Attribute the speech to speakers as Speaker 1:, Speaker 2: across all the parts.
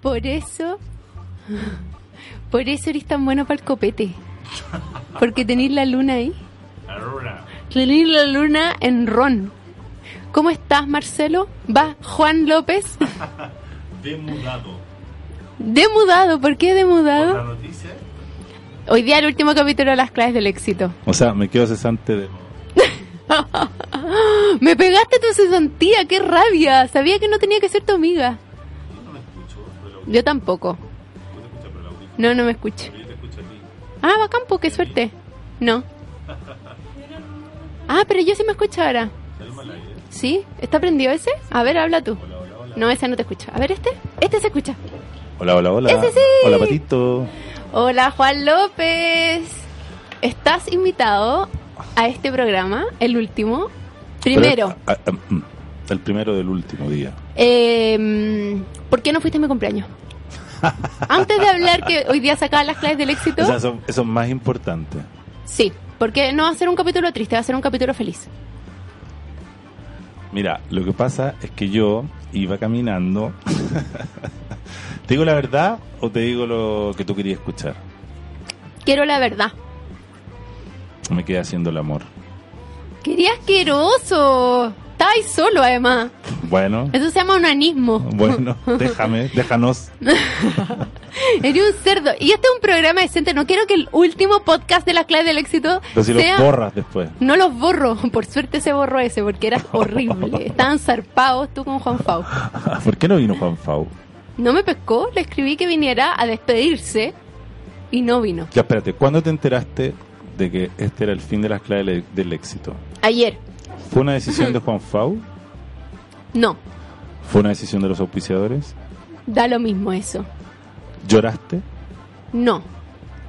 Speaker 1: Por eso. Por eso eres tan bueno para el copete. Porque tenéis la luna ahí.
Speaker 2: La luna.
Speaker 1: Tenéis la luna en ron. ¿Cómo estás, Marcelo? Va, Juan López.
Speaker 2: Demudado.
Speaker 1: Demudado, ¿por qué
Speaker 2: Por la
Speaker 1: demudado?
Speaker 2: noticia.
Speaker 1: Hoy día el último capítulo de las claves del éxito.
Speaker 3: O sea, me quedo cesante de...
Speaker 1: Me pegaste tu cesantía, qué rabia. Sabía que no tenía que ser tu amiga.
Speaker 2: Yo no me escucho, pero
Speaker 1: Yo tampoco.
Speaker 2: tú te escuchas por el audífono.
Speaker 1: No, no me escucho.
Speaker 2: Yo te escucho a ti.
Speaker 1: Ah, bacán, po, qué suerte. No. Ah, pero yo sí me escucho ahora.
Speaker 2: Salma al aire.
Speaker 1: ¿Sí? ¿Está prendido ese? A ver, habla tú. No, ese no te escucha. A ver, este. Este se escucha.
Speaker 3: Hola, hola, hola.
Speaker 1: ¡Ese sí!
Speaker 3: Hola, patito.
Speaker 1: Hola, Juan López. Estás invitado a este programa, el último. Primero,
Speaker 3: Pero, ah, ah, mm, el primero del último día.
Speaker 1: eh, ¿por qué no fuiste a mi cumpleaños? Antes de hablar que hoy día sacaba las claves del éxito,
Speaker 3: O sea, eso, eso es más importante.
Speaker 1: sí, porque no va a ser un capítulo triste, va a ser un capítulo feliz.
Speaker 3: Mira, lo que pasa es que yo iba caminando. ¿Te digo la verdad o te digo lo que tú querías escuchar?
Speaker 1: Quiero la verdad.
Speaker 3: Me quedé haciendo el amor.
Speaker 1: Quería asqueroso. Estaba ahí solo, además.
Speaker 3: Bueno,
Speaker 1: Eso se llama onanismo.
Speaker 3: bueno, déjame, déjanos.
Speaker 1: Eres un cerdo. Y este es un programa decente. No quiero que el último podcast de las claves del éxito
Speaker 3: Pero si los
Speaker 1: sea...
Speaker 3: borras después.
Speaker 1: No los borro, por suerte se borró ese, porque eras horrible. Estaban zarpados tú con Juan Fau.
Speaker 3: ¿Por qué no vino Juan Fau?
Speaker 1: No me pescó, le escribí que viniera a despedirse y no vino.
Speaker 3: Ya, espérate, ¿cuándo te enteraste de que este era el fin de las claves le- del éxito?
Speaker 1: Ayer,
Speaker 3: ¿Fue una decisión de Juan Fau?
Speaker 1: no,
Speaker 3: ¿Fue una decisión de los auspiciadores?
Speaker 1: da lo mismo eso.
Speaker 3: ¿Lloraste?
Speaker 1: No,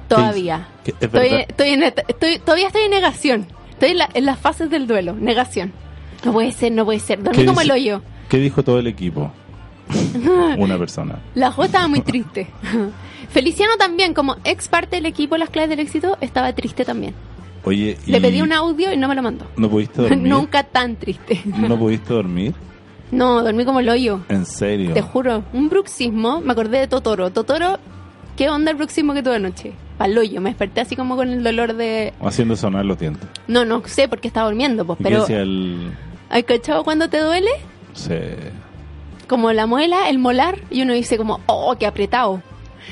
Speaker 1: todavía.
Speaker 3: ¿Qué- es
Speaker 1: Estoy,
Speaker 3: verdad?
Speaker 1: estoy en et- estoy- todavía estoy en negación. Estoy en, la- en las fases del duelo, negación. No puede ser, no puede ser. Dormí
Speaker 3: ¿Qué
Speaker 1: como el
Speaker 3: dice?
Speaker 1: hoyo.
Speaker 3: ¿Qué dijo todo el equipo? Una persona.
Speaker 1: La Jo estaba muy triste. Feliciano también, como ex parte del equipo Las Claves del Éxito, estaba triste también.
Speaker 3: Oye, y
Speaker 1: Le pedí un audio y no me lo mandó.
Speaker 3: ¿No pudiste dormir?
Speaker 1: Nunca tan triste.
Speaker 3: ¿No pudiste dormir?
Speaker 1: No, dormí como el hoyo.
Speaker 3: ¿En serio?
Speaker 1: Te juro, un bruxismo, me acordé de Totoro. Totoro, ¿qué onda el bruxismo que tuve anoche? Pal hoyo, me desperté así como con el dolor de...
Speaker 3: Haciendo sonar los dientes.
Speaker 1: No, no sé por qué estaba durmiendo, pues,
Speaker 3: ¿Y qué
Speaker 1: pero...
Speaker 3: decía el...
Speaker 1: ¿Hay cachado cuando te duele?
Speaker 3: se-
Speaker 1: Como la muela, el molar, y uno dice como, oh, qué apretado.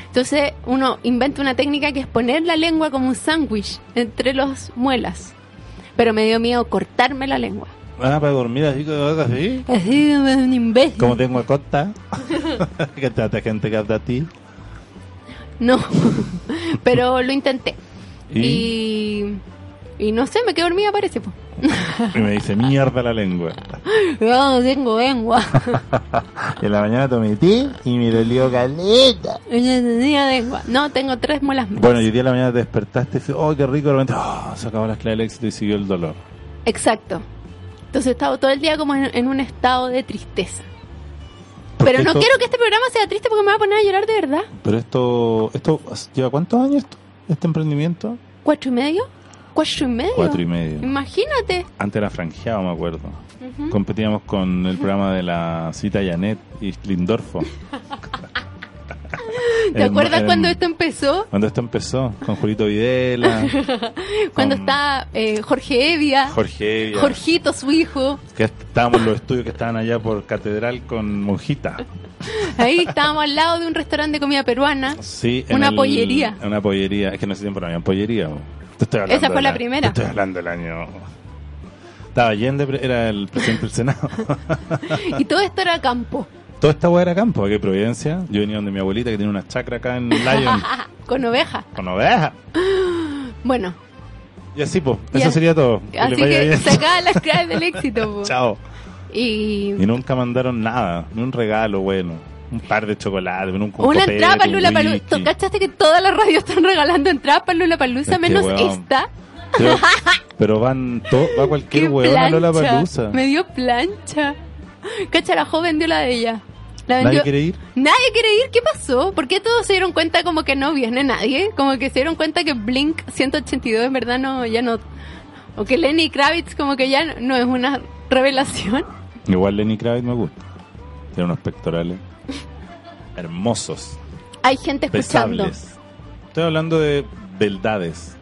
Speaker 1: Entonces uno inventa una técnica que es poner la lengua como un sándwich entre las muelas. Pero me dio miedo cortarme la lengua.
Speaker 3: Ah, para dormir así, como- así.
Speaker 1: Así como un imbécil.
Speaker 3: Como tengo a Costa. que trata gente que habla a ti.
Speaker 1: No, pero lo intenté.
Speaker 3: Y,
Speaker 1: Y, y no sé, me quedé dormida, parece. po.
Speaker 3: y me dice, mierda la lengua.
Speaker 1: No Ah, tengo lengua.
Speaker 3: Y en la mañana tomé té y me dolió caleta.
Speaker 1: No tenía lengua. No, tengo tres muelas menos.
Speaker 3: Bueno, y hoy día en la mañana te despertaste y dices, oh, qué rico. De repente, oh, se acabó la clave del éxito y siguió el dolor.
Speaker 1: Exacto. Entonces he estado todo el día como en, en un estado de tristeza.
Speaker 3: Porque
Speaker 1: Pero no
Speaker 3: esto-
Speaker 1: quiero que este programa sea triste porque me va a poner a llorar de verdad.
Speaker 3: Pero esto, esto ¿lleva cuántos años esto- este emprendimiento?
Speaker 1: ¿Cuatro y medio? cuatro y medio.
Speaker 3: Cuatro y medio.
Speaker 1: Imagínate.
Speaker 3: Antes era franjeado, me acuerdo.
Speaker 1: Mm. Ujú.
Speaker 3: Competíamos con el programa de la cita Janet y Lindorfo.
Speaker 1: ¿Te acuerdas cuando esto empezó?
Speaker 3: Cuando esto empezó, con Julito Videla,
Speaker 1: Cuando
Speaker 3: con
Speaker 1: está eh, Jorge Evia,
Speaker 3: Jorge, Evia,
Speaker 1: Jorgito, su hijo.
Speaker 3: que estábamos en los estudios que estaban allá por Catedral con Monjita.
Speaker 1: Ahí estábamos al lado de un restaurante de comida peruana.
Speaker 3: Sí, en
Speaker 1: Una
Speaker 3: el-
Speaker 1: pollería.
Speaker 3: Una pollería, es que en ese tiempo no había pollería. bo. Te estoy hablando
Speaker 1: Esa fue
Speaker 3: del
Speaker 1: la
Speaker 3: año-
Speaker 1: primera.
Speaker 3: te estoy hablando del año... Estaba Allende, pero era el presidente del Senado.
Speaker 1: Y todo esto era campo,
Speaker 3: Toda esta hueá era campo, aquí en Providencia. Yo venía donde mi abuelita que tiene una chacra acá en Lyon
Speaker 1: con ovejas.
Speaker 3: con ovejas.
Speaker 1: Bueno,
Speaker 3: Y así, pues,
Speaker 1: Y
Speaker 3: eso
Speaker 1: así-
Speaker 3: sería todo. Que les
Speaker 1: así
Speaker 3: vaya
Speaker 1: que
Speaker 3: bien.
Speaker 1: sacaba las claves del éxito. po.
Speaker 3: Chao.
Speaker 1: Y
Speaker 3: Y nunca mandaron nada, ni un regalo bueno, un par de chocolates, un
Speaker 1: una
Speaker 3: copete,
Speaker 1: entrada para
Speaker 3: un
Speaker 1: Lula Palusa.
Speaker 3: whisky.
Speaker 1: ¿Cachaste que todas las radios están regalando entradas para Lula Palusa?
Speaker 3: Es que,
Speaker 1: Menos
Speaker 3: weón,
Speaker 1: esta.
Speaker 3: Pero, pero van to- va
Speaker 1: ¡Qué
Speaker 3: cualquier hueón a Lola
Speaker 1: plancha!
Speaker 3: Palusa.
Speaker 1: Me dio plancha. Cacha, la joven dio la de ella. La vendió-
Speaker 3: Nadie quiere ir.
Speaker 1: Nadie quiere ir, ¿qué pasó? ¿Por qué todos se dieron cuenta como que no viene nadie? Como que se dieron cuenta que Blink 182 en verdad no, ya no... O que Lenny Kravitz como que ya no, no es una revelación.
Speaker 3: Igual Lenny Kravitz me gusta. Tiene unos pectorales hermosos,
Speaker 1: Hay gente escuchando.
Speaker 3: pesables. Estoy hablando de beldades.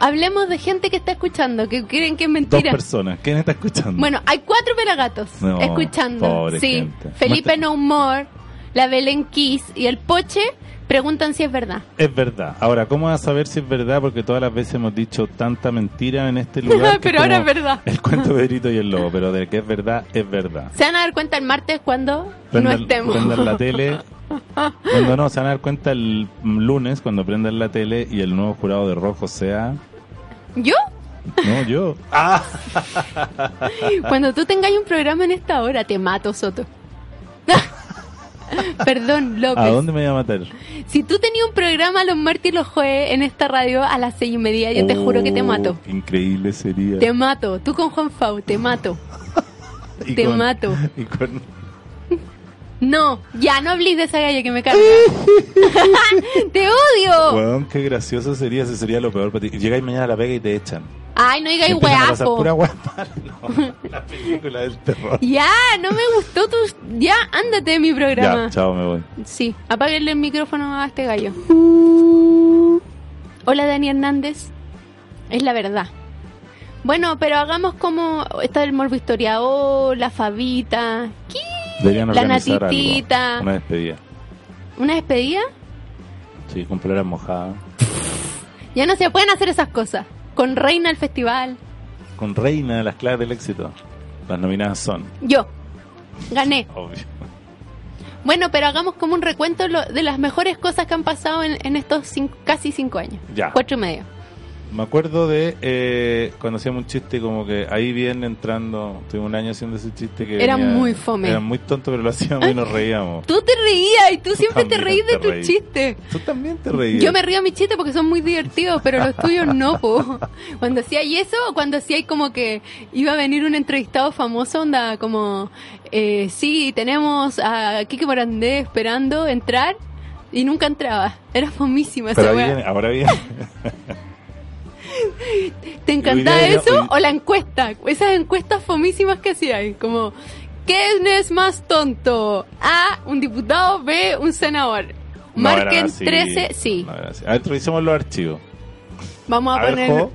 Speaker 1: Hablemos de gente que está escuchando, que creen que es
Speaker 3: Dos
Speaker 1: mentira.
Speaker 3: personas. ¿Quién está escuchando?
Speaker 1: Bueno, hay cuatro pelagatos
Speaker 3: No,
Speaker 1: escuchando.
Speaker 3: pobre
Speaker 1: sí.
Speaker 3: gente.
Speaker 1: Felipe
Speaker 3: Muestra-
Speaker 1: No More, la Belén Kiss y el Poche preguntan si es verdad.
Speaker 3: Es verdad. Ahora, ¿cómo vas a saber si es verdad? Porque todas las veces hemos dicho tanta mentira en este lugar. que
Speaker 1: Pero ahora
Speaker 3: como
Speaker 1: es verdad.
Speaker 3: El cuento de Pedrito y el Lobo, pero de que es verdad, es verdad.
Speaker 1: Se van a dar cuenta el martes cuando
Speaker 3: Prendan-
Speaker 1: no estemos.
Speaker 3: Prendan la tele. Cuando no, se van a dar cuenta el lunes cuando prendan la tele y el nuevo jurado de rojo sea.
Speaker 1: ¿Yo?
Speaker 3: No, yo.
Speaker 1: Ah, Cuando tú tengas un programa en esta hora, te mato, Soto. Perdón, López.
Speaker 3: ¿A dónde me voy a matar?
Speaker 1: Si tú tenías un programa los martes y los jueves en esta radio a las seis y media, yo te juro que te
Speaker 3: Oh,
Speaker 1: mato.
Speaker 3: qué Increíble sería.
Speaker 1: Te mato. Tú con Juan Fau, te mato.
Speaker 3: Y
Speaker 1: te mato.
Speaker 3: y con-
Speaker 1: No, ya no hables de esa galla que me carga. te odio.
Speaker 3: Weón, qué gracioso sería. Ese sería lo peor para ti. Llegáis mañana a la pega y te echan.
Speaker 1: Ay, no digas
Speaker 3: Empiezan a pasar
Speaker 1: weapo.
Speaker 3: pura weá mala. No, la película del terror.
Speaker 1: Ya, no me gustó tu... Ya, ándate de mi programa.
Speaker 3: Ya, chao, me voy.
Speaker 1: Sí, apáguenle el micrófono a este gallo. Hola Dani Hernández, es la verdad. Bueno, pero hagamos como está el morbo historiador, la Fabita. ¿Qué?
Speaker 3: Deberían
Speaker 1: La
Speaker 3: organizar algo,
Speaker 1: natitita.
Speaker 3: Una despedida.
Speaker 1: ¿Una despedida?
Speaker 3: Sí, con poleras mojadas.
Speaker 1: Ya no se pueden hacer esas cosas. Con Reina al festival.
Speaker 3: Con Reina, las claves del éxito. Las nominadas son,
Speaker 1: Yo. Gané.
Speaker 3: obvio.
Speaker 1: Bueno, pero hagamos como un recuento lo- de las mejores cosas que han pasado en, en estos cinco- casi cinco años.
Speaker 3: Ya.
Speaker 1: Cuatro y medio.
Speaker 3: Me acuerdo de eh, cuando hacíamos un chiste como que ahí viene entrando, tuve un año haciendo ese chiste que...
Speaker 1: Era muy fome.
Speaker 3: Era muy tonto, pero lo hacíamos y nos reíamos.
Speaker 1: Tú te reías y tú,
Speaker 3: Tú
Speaker 1: siempre te
Speaker 3: también
Speaker 1: reís de
Speaker 3: te
Speaker 1: tus
Speaker 3: reís.
Speaker 1: chistes.
Speaker 3: Tú también te reías.
Speaker 1: Yo me río a mis chistes porque son muy divertidos, pero los tuyos no, po. Cuando sí hay eso, o cuando sí hay como que iba a venir un entrevistado famoso, onda como, eh, sí, tenemos a Kike Morandé esperando entrar y nunca entraba. Era famísima
Speaker 3: Pero
Speaker 1: esa
Speaker 3: ahí
Speaker 1: weá.
Speaker 3: viene, ahora viene.
Speaker 1: ¿Te
Speaker 3: Hoy
Speaker 1: encantaba
Speaker 3: día ya-
Speaker 1: eso
Speaker 3: hoy-
Speaker 1: o la encuesta? Esas encuestas famísimas que hacían, como, ¿quién es más tonto? A, un diputado, B, un senador.
Speaker 3: No, era
Speaker 1: Marquen
Speaker 3: así.
Speaker 1: 13, sí.
Speaker 3: No, era así. a ver, revisemos los archivos.
Speaker 1: Vamos a,
Speaker 3: A ver,
Speaker 1: poner...
Speaker 3: Jo.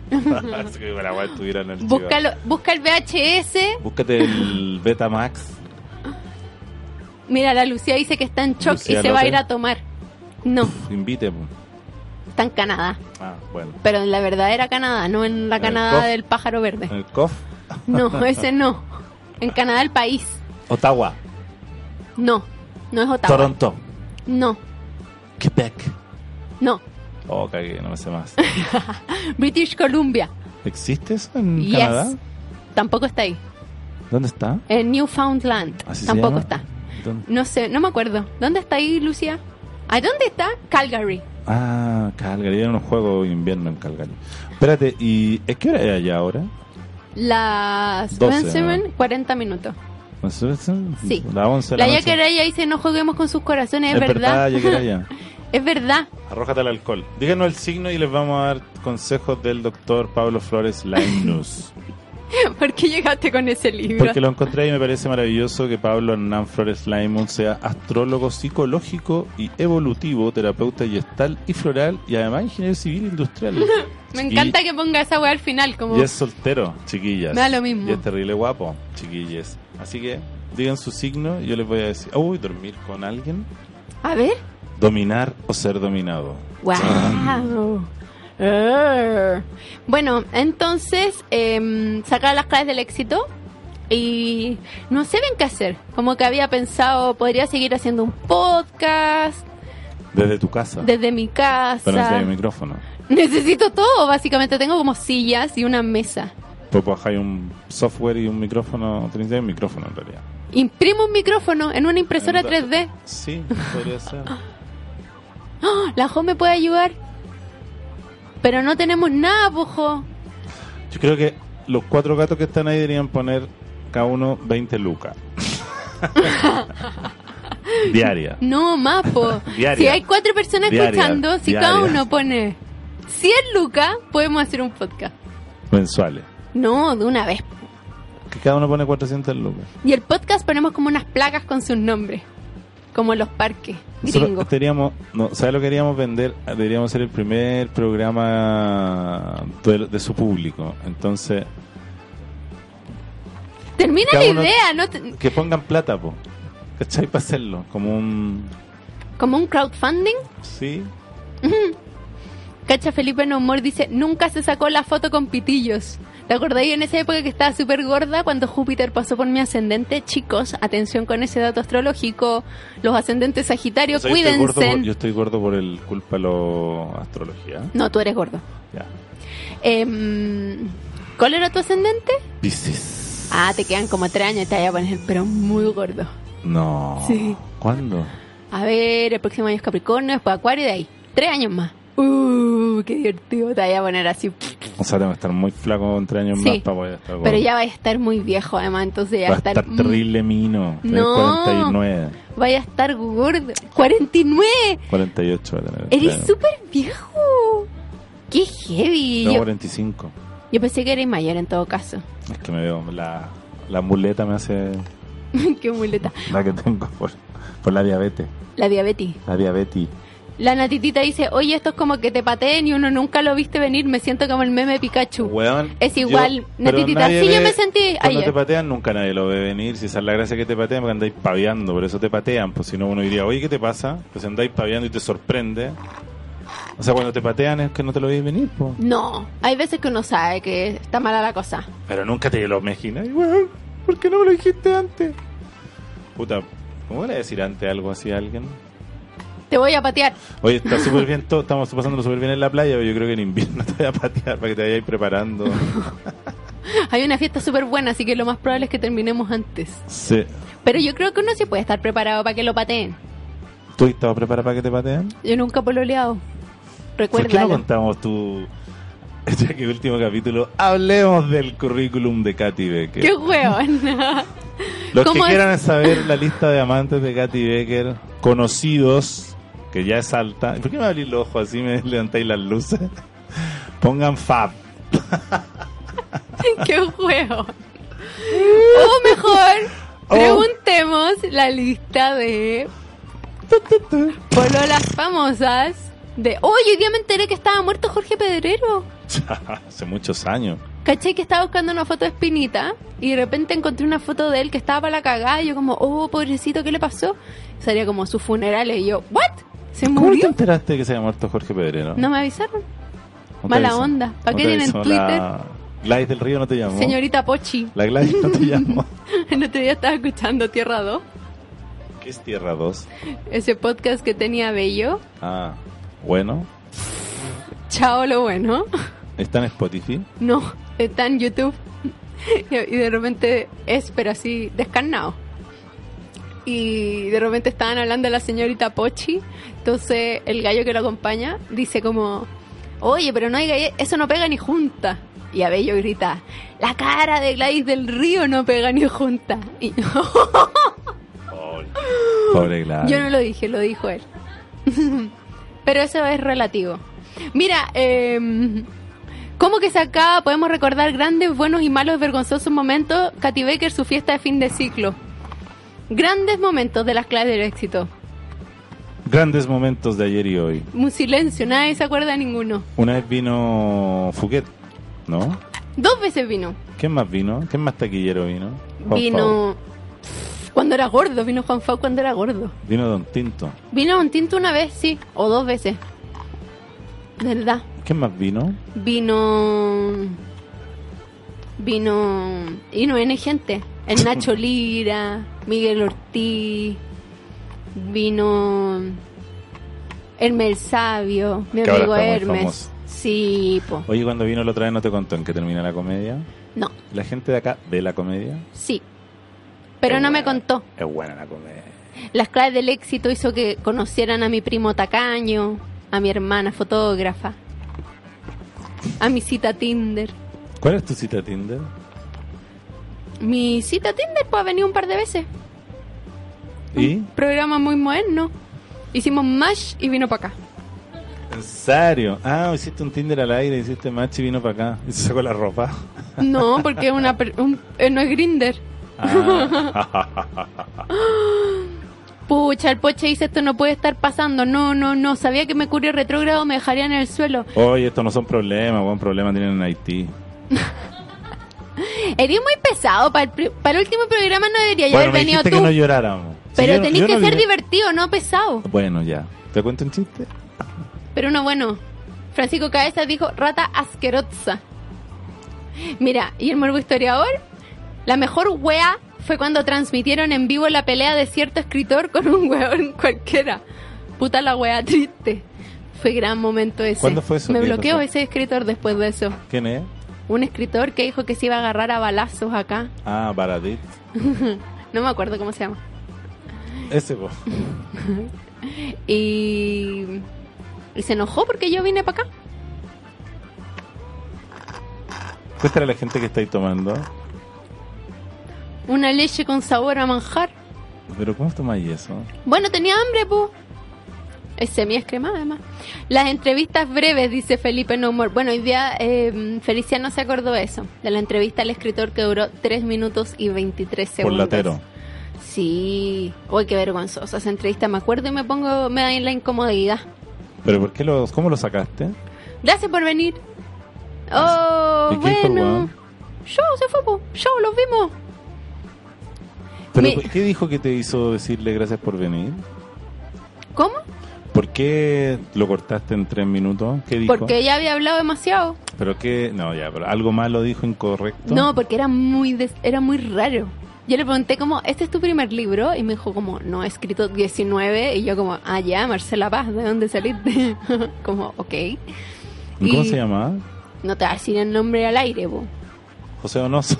Speaker 3: Así que la weá estuviera en el archivo.
Speaker 1: Búscalo, busca el VHS.
Speaker 3: Búscate el Betamax.
Speaker 1: Mira, la Lucía dice que está en shock
Speaker 3: Lucía
Speaker 1: y se va a
Speaker 3: López.
Speaker 1: ir a tomar. No,
Speaker 3: Invite. po.
Speaker 1: está en Canadá.
Speaker 3: Ah, bueno.
Speaker 1: Pero en la verdadera Canadá, no en la
Speaker 3: ¿En el
Speaker 1: Canadá
Speaker 3: cof?
Speaker 1: del pájaro verde.
Speaker 3: En el COF.
Speaker 1: No, ese no. En Canadá el país.
Speaker 3: Ottawa.
Speaker 1: No, no es Ottawa.
Speaker 3: Toronto.
Speaker 1: No,
Speaker 3: Quebec.
Speaker 1: no.
Speaker 3: Oh, cagué, no me sé más.
Speaker 1: British Columbia.
Speaker 3: ¿Existe eso en
Speaker 1: Yes.
Speaker 3: Canadá?
Speaker 1: Tampoco está ahí.
Speaker 3: ¿Dónde está?
Speaker 1: En Newfoundland.
Speaker 3: ¿Así se
Speaker 1: Tampoco
Speaker 3: llama?
Speaker 1: está.
Speaker 3: ¿Dónde?
Speaker 1: No sé, no me acuerdo. ¿Dónde está ahí, Lucía? ¿A dónde está? Calgary.
Speaker 3: Ah, Calgary. Era un juego de invierno en Calgary. Espérate, ¿y es qué hora es allá ahora?
Speaker 1: Las
Speaker 3: Doce,
Speaker 1: 11, 40 minutos.
Speaker 3: ¿No sé, son
Speaker 1: Sí.
Speaker 3: Las 11 de
Speaker 1: La
Speaker 3: la,
Speaker 1: ya
Speaker 3: noche.
Speaker 1: que era ella dice no juguemos con sus corazones, es,
Speaker 3: Es verdad, ya que era allá.
Speaker 1: Es verdad.
Speaker 3: Arrójate al alcohol. Díganos el signo y les vamos a dar consejos del doctor Pablo Flores Lainus.
Speaker 1: ¿Por qué llegaste con ese libro?
Speaker 3: Porque lo encontré y me parece maravilloso que Pablo Hernán Flores Laimon sea astrólogo psicológico y evolutivo, terapeuta gestal y floral y además ingeniero civil industrial.
Speaker 1: Me
Speaker 3: Chiqui-
Speaker 1: encanta que ponga esa weá al final, como
Speaker 3: Y es soltero, chiquillas.
Speaker 1: Me da lo mismo.
Speaker 3: Y es terrible guapo, chiquillas. Así que digan su signo y yo les voy a decir, "Oh, uy, dormir con alguien,
Speaker 1: a ver.
Speaker 3: dominar o ser dominado.
Speaker 1: Wow. Eh. Bueno, entonces em, sacar las claves del éxito y no sé bien qué hacer. Como que había pensado, podría seguir haciendo un podcast
Speaker 3: Desde tu casa.
Speaker 1: desde mi
Speaker 3: Ah. Pero no
Speaker 1: casa.
Speaker 3: el micrófono.
Speaker 1: Necesito todo, básicamente. Tengo como sillas y una mesa.
Speaker 3: Pues bajáis un software y un micrófono, tenéis un micrófono en realidad.
Speaker 1: Imprimo un micrófono en una impresora
Speaker 3: En
Speaker 1: 3D.
Speaker 3: Sí, podría ser.
Speaker 1: ¡Ah! La Jo me puede ayudar. Pero no tenemos nada, pojo.
Speaker 3: Yo creo que los cuatro gatos que están ahí deberían poner cada uno 20 lucas. Diaria.
Speaker 1: No, más, po.
Speaker 3: Diaria.
Speaker 1: Si hay cuatro personas
Speaker 3: Diaria.
Speaker 1: escuchando, si cada
Speaker 3: Diaria.
Speaker 1: uno pone 100 lucas, podemos hacer un podcast.
Speaker 3: Mensuales.
Speaker 1: No, de una vez.
Speaker 3: Que cada uno pone 400 lucas.
Speaker 1: Y el podcast ponemos como unas placas con sus nombres. Como los parques
Speaker 3: Nosotros
Speaker 1: gringos.
Speaker 3: teníamos, no, ¿sabes lo que queríamos vender? Deberíamos ser el primer programa de, de su público. Entonces,
Speaker 1: Termina
Speaker 3: cada
Speaker 1: la
Speaker 3: uno-
Speaker 1: idea, ¿no? Te-
Speaker 3: que pongan plata, po. ¿Cachai? Para hacerlo. Como un.
Speaker 1: Como un crowdfunding.
Speaker 3: Sí.
Speaker 1: Cacha Felipe No More dice, nunca se sacó la foto con pitillos. ¿Te acordáis en esa época que estaba súper gorda cuando Júpiter pasó por mi ascendente? Chicos, atención con ese dato astrológico. Los ascendentes Sagitario,
Speaker 3: O sea, yo estoy gordo por-
Speaker 1: cuídense.
Speaker 3: yo estoy gordo por el culpa de la astrología.
Speaker 1: No, tú eres gordo.
Speaker 3: Ya.
Speaker 1: Em, ¿Cuál era tu ascendente?
Speaker 3: Piscis.
Speaker 1: Ah, te quedan como tres años y te vas a poner pero muy gordo.
Speaker 3: No.
Speaker 1: Sí.
Speaker 3: ¿Cuándo?
Speaker 1: A ver, el próximo año es Capricornio, después Acuario y de ahí. Tres años más. Uh, qué divertido, te voy a poner así.
Speaker 3: O sea, tengo que estar muy flaco entre años
Speaker 1: Sí.
Speaker 3: más para poder estar gordo.
Speaker 1: Pero ya va a estar muy viejo, además, entonces ya
Speaker 3: Va a estar
Speaker 1: mm,
Speaker 3: terrible mino. Tener
Speaker 1: No.
Speaker 3: 49,
Speaker 1: Vaya a estar gordo. 49.
Speaker 3: 48 va a tener.
Speaker 1: Eres
Speaker 3: Claro.
Speaker 1: súper viejo. Qué heavy.
Speaker 3: Tengo
Speaker 1: Yo,
Speaker 3: 45.
Speaker 1: yo pensé que eres mayor en todo caso.
Speaker 3: Es que me veo, la, la muleta me hace
Speaker 1: Qué muleta.
Speaker 3: la que tengo por, por la diabetes.
Speaker 1: La diabetes.
Speaker 3: La diabetes.
Speaker 1: La natitita dice, oye, esto es como que te pateen y uno nunca lo viste venir. Me siento como el meme Pikachu.
Speaker 3: Weón,
Speaker 1: Es
Speaker 3: yo-
Speaker 1: igual,
Speaker 3: pero
Speaker 1: Natitita.
Speaker 3: nadie
Speaker 1: Sí, yo
Speaker 3: ve-
Speaker 1: me sentí
Speaker 3: Cuando
Speaker 1: ayer.
Speaker 3: te patean, nunca nadie lo ve venir. Si esa es la gracia que te patean, porque andáis paviando. Por eso te patean. Pues si no, uno diría, oye, ¿qué te pasa? Pues andáis paviando y te sorprende. O sea, cuando te patean es que no te lo veis venir, pues. po.
Speaker 1: No, hay veces que uno sabe que está mala la cosa.
Speaker 3: Pero nunca te lo imaginas. Weón, ¿por qué no me lo dijiste antes? Puta, ¿cómo le decir antes algo así a alguien?
Speaker 1: Te voy a patear.
Speaker 3: Oye, está súper bien todo, estamos pasándolo súper bien en la playa, pero yo creo que en invierno te voy a patear para que te vayas preparando.
Speaker 1: Hay una fiesta súper buena, así que lo más probable es que terminemos antes.
Speaker 3: Sí.
Speaker 1: Pero yo creo que uno sí puede estar preparado para que lo pateen.
Speaker 3: ¿Tú estabas preparado para que te pateen?
Speaker 1: Yo nunca pololeado.
Speaker 3: ¿Por qué no
Speaker 1: Recuérdalo.
Speaker 3: contamos tu... Ya que último capítulo, hablemos del currículum de Katy Becker.
Speaker 1: ¡Qué hueón!
Speaker 3: Los que
Speaker 1: ¿Cómo es?
Speaker 3: quieran saber la lista de amantes de Katy Becker, conocidos, que ya es alta. ¿Por qué me abrís los ojos así me levantáis las luces? Pongan Fab.
Speaker 1: ¡Qué juego! O mejor,
Speaker 3: Oh.
Speaker 1: preguntemos la lista de pololas famosas de... ¡Oye, hoy día me enteré que estaba muerto Jorge Pedrero!
Speaker 3: Hace muchos años.
Speaker 1: Caché que estaba buscando una foto de Espinita y de repente encontré una foto de él que estaba para la cagada y yo como, oh, pobrecito, ¿qué le pasó? Salía como sus funerales y yo, ¿what? ¿Se
Speaker 3: ¿Cómo te
Speaker 1: murió?
Speaker 3: enteraste que se había muerto Jorge Pedrero?
Speaker 1: No me avisaron.
Speaker 3: te
Speaker 1: Mala
Speaker 3: avisó?
Speaker 1: onda. ¿Para
Speaker 3: ¿No
Speaker 1: qué
Speaker 3: te
Speaker 1: tienen
Speaker 3: avisó La... Gladys del Río no te llamó.
Speaker 1: Señorita Pochi,
Speaker 3: La Gladys no te llamó.
Speaker 1: el otro día estaba escuchando Tierra 2,
Speaker 3: ¿Qué es Tierra 2?
Speaker 1: ese podcast que tenía Bello.
Speaker 3: Ah, bueno.
Speaker 1: Chao lo bueno.
Speaker 3: ¿Está en Spotify?
Speaker 1: No, está en YouTube. Y y de repente es, pero así, descarnado. Y de repente estaban hablando de la señorita Pochi. Entonces el gallo que lo acompaña dice como, oye, pero no hay galle- eso no pega ni junta. Y Abello grita, la cara de Gladys del Río no pega ni junta. Y
Speaker 3: Pobre Gladys.
Speaker 1: yo no lo dije, lo dijo él. Pero eso es relativo. Mira, eh, ¿cómo que acá podemos recordar grandes, buenos y malos, vergonzosos momentos? Katy Baker, su fiesta de fin de ciclo. Grandes momentos de las claves del éxito.
Speaker 3: Grandes momentos de ayer y hoy.
Speaker 1: Un silencio, nadie se acuerda de ninguno.
Speaker 3: Una vez vino Fouquet, ¿no?
Speaker 1: Dos veces vino.
Speaker 3: ¿Quién más vino? ¿Quién más taquillero vino? Juan Pablo.
Speaker 1: Vino cuando era gordo, vino Juan Fau cuando era gordo.
Speaker 3: Vino Don Tinto.
Speaker 1: Vino un tinto una vez, sí, o dos veces. ¿Verdad?
Speaker 3: ¿Quién más vino?
Speaker 1: Vino. Vino. Y no viene gente. El Nacho Lira, Miguel Ortiz, vino. Hermes el Sabio, mi
Speaker 3: Que ahora
Speaker 1: amigo
Speaker 3: está muy
Speaker 1: Hermes.
Speaker 3: famoso.
Speaker 1: Sí, po.
Speaker 3: Oye, cuando vino la otra vez no te contó en que termina la comedia.
Speaker 1: No,
Speaker 3: La gente de acá ve la comedia.
Speaker 1: sí. Pero no me contó.
Speaker 3: Es buena la comedia.
Speaker 1: Las claves del éxito hizo que conocieran a mi primo tacaño, a mi hermana fotógrafa, a mi cita Tinder.
Speaker 3: ¿Cuál es tu cita Tinder?
Speaker 1: Mi cita Tinder pues ha venido un par de veces.
Speaker 3: ¿Y?
Speaker 1: Un programa muy moderno. Hicimos Mash y vino para acá.
Speaker 3: ¿En serio? Ah, hiciste un Tinder al aire, hiciste match y vino para acá. Y se sacó la ropa.
Speaker 1: No, porque es una per- un- eh, no es Grinder.
Speaker 3: Ah.
Speaker 1: Pucha, el poche dice esto no puede estar pasando. No, no, no. Sabía que me Mercurio retrógrado me dejaría en el suelo.
Speaker 3: Oye, estos no son problemas, buen problema tienen en Haití.
Speaker 1: Eres muy pesado. Para el, pri- para el último programa no debería ya
Speaker 3: Bueno,
Speaker 1: haber
Speaker 3: me
Speaker 1: venido
Speaker 3: dijiste
Speaker 1: tú.
Speaker 3: que no lloráramos. Si
Speaker 1: Pero
Speaker 3: yo no-
Speaker 1: tenés
Speaker 3: yo
Speaker 1: que
Speaker 3: no
Speaker 1: ser
Speaker 3: lloré.
Speaker 1: divertido, no pesado.
Speaker 3: Bueno, ya. ¿Te cuento un chiste?
Speaker 1: Pero uno bueno. Francisco Cabeza dijo rata asquerosa. Mira, y el morbo historiador, la mejor wea fue cuando transmitieron en vivo la pelea de cierto escritor con un weón cualquiera. Puta la wea triste. Fue gran momento ese.
Speaker 3: ¿Cuándo fue eso?
Speaker 1: Me
Speaker 3: ¿Qué
Speaker 1: bloqueó
Speaker 3: pasó?
Speaker 1: ese escritor después de eso.
Speaker 3: ¿Quién es?
Speaker 1: Un escritor que dijo que se iba a agarrar a balazos acá.
Speaker 3: Ah, Baradit.
Speaker 1: No me acuerdo cómo se llama.
Speaker 3: Ese, po.
Speaker 1: Y, y se enojó porque yo vine para acá.
Speaker 3: Cuéntale a la gente que estáis tomando.
Speaker 1: Una leche con sabor a manjar.
Speaker 3: Pero ¿cómo tomáis eso?
Speaker 1: Bueno, tenía hambre, pu. Es semi-escremada, además. Las entrevistas breves, dice Felipe No More. Bueno, hoy día eh, Feliciano se acordó de eso, de la entrevista al escritor que duró 3 minutos y 23
Speaker 3: Por
Speaker 1: segundos.
Speaker 3: latero.
Speaker 1: Sí. Uy, qué vergonzosa esa entrevista. Me acuerdo y me pongo, me da en la incomodidad.
Speaker 3: ¿Pero por qué los, cómo lo sacaste?
Speaker 1: Gracias por venir. Oh,
Speaker 3: Ah, ¿Y qué dijo el
Speaker 1: bueno.
Speaker 3: weón?
Speaker 1: Yo, se fue, pu. Yo, los vimos.
Speaker 3: ¿Pero
Speaker 1: Mi-
Speaker 3: qué dijo que te hizo decirle gracias por venir?
Speaker 1: ¿Cómo?
Speaker 3: ¿Por qué lo cortaste en tres minutos? ¿Qué dijo?
Speaker 1: Porque ella había hablado demasiado.
Speaker 3: ¿Pero qué? No, ya, pero algo más lo dijo incorrecto.
Speaker 1: No, porque era muy des- era muy raro. Yo le pregunté como, ¿este es tu primer libro? Y me dijo como, no, he escrito 19. Y yo como, ah, ya, Marcela Paz, ¿de dónde saliste? como, ok.
Speaker 3: ¿Y ¿Cómo
Speaker 1: y-
Speaker 3: se llamaba?
Speaker 1: No te vas a decir el nombre al aire, po.
Speaker 3: José Donoso.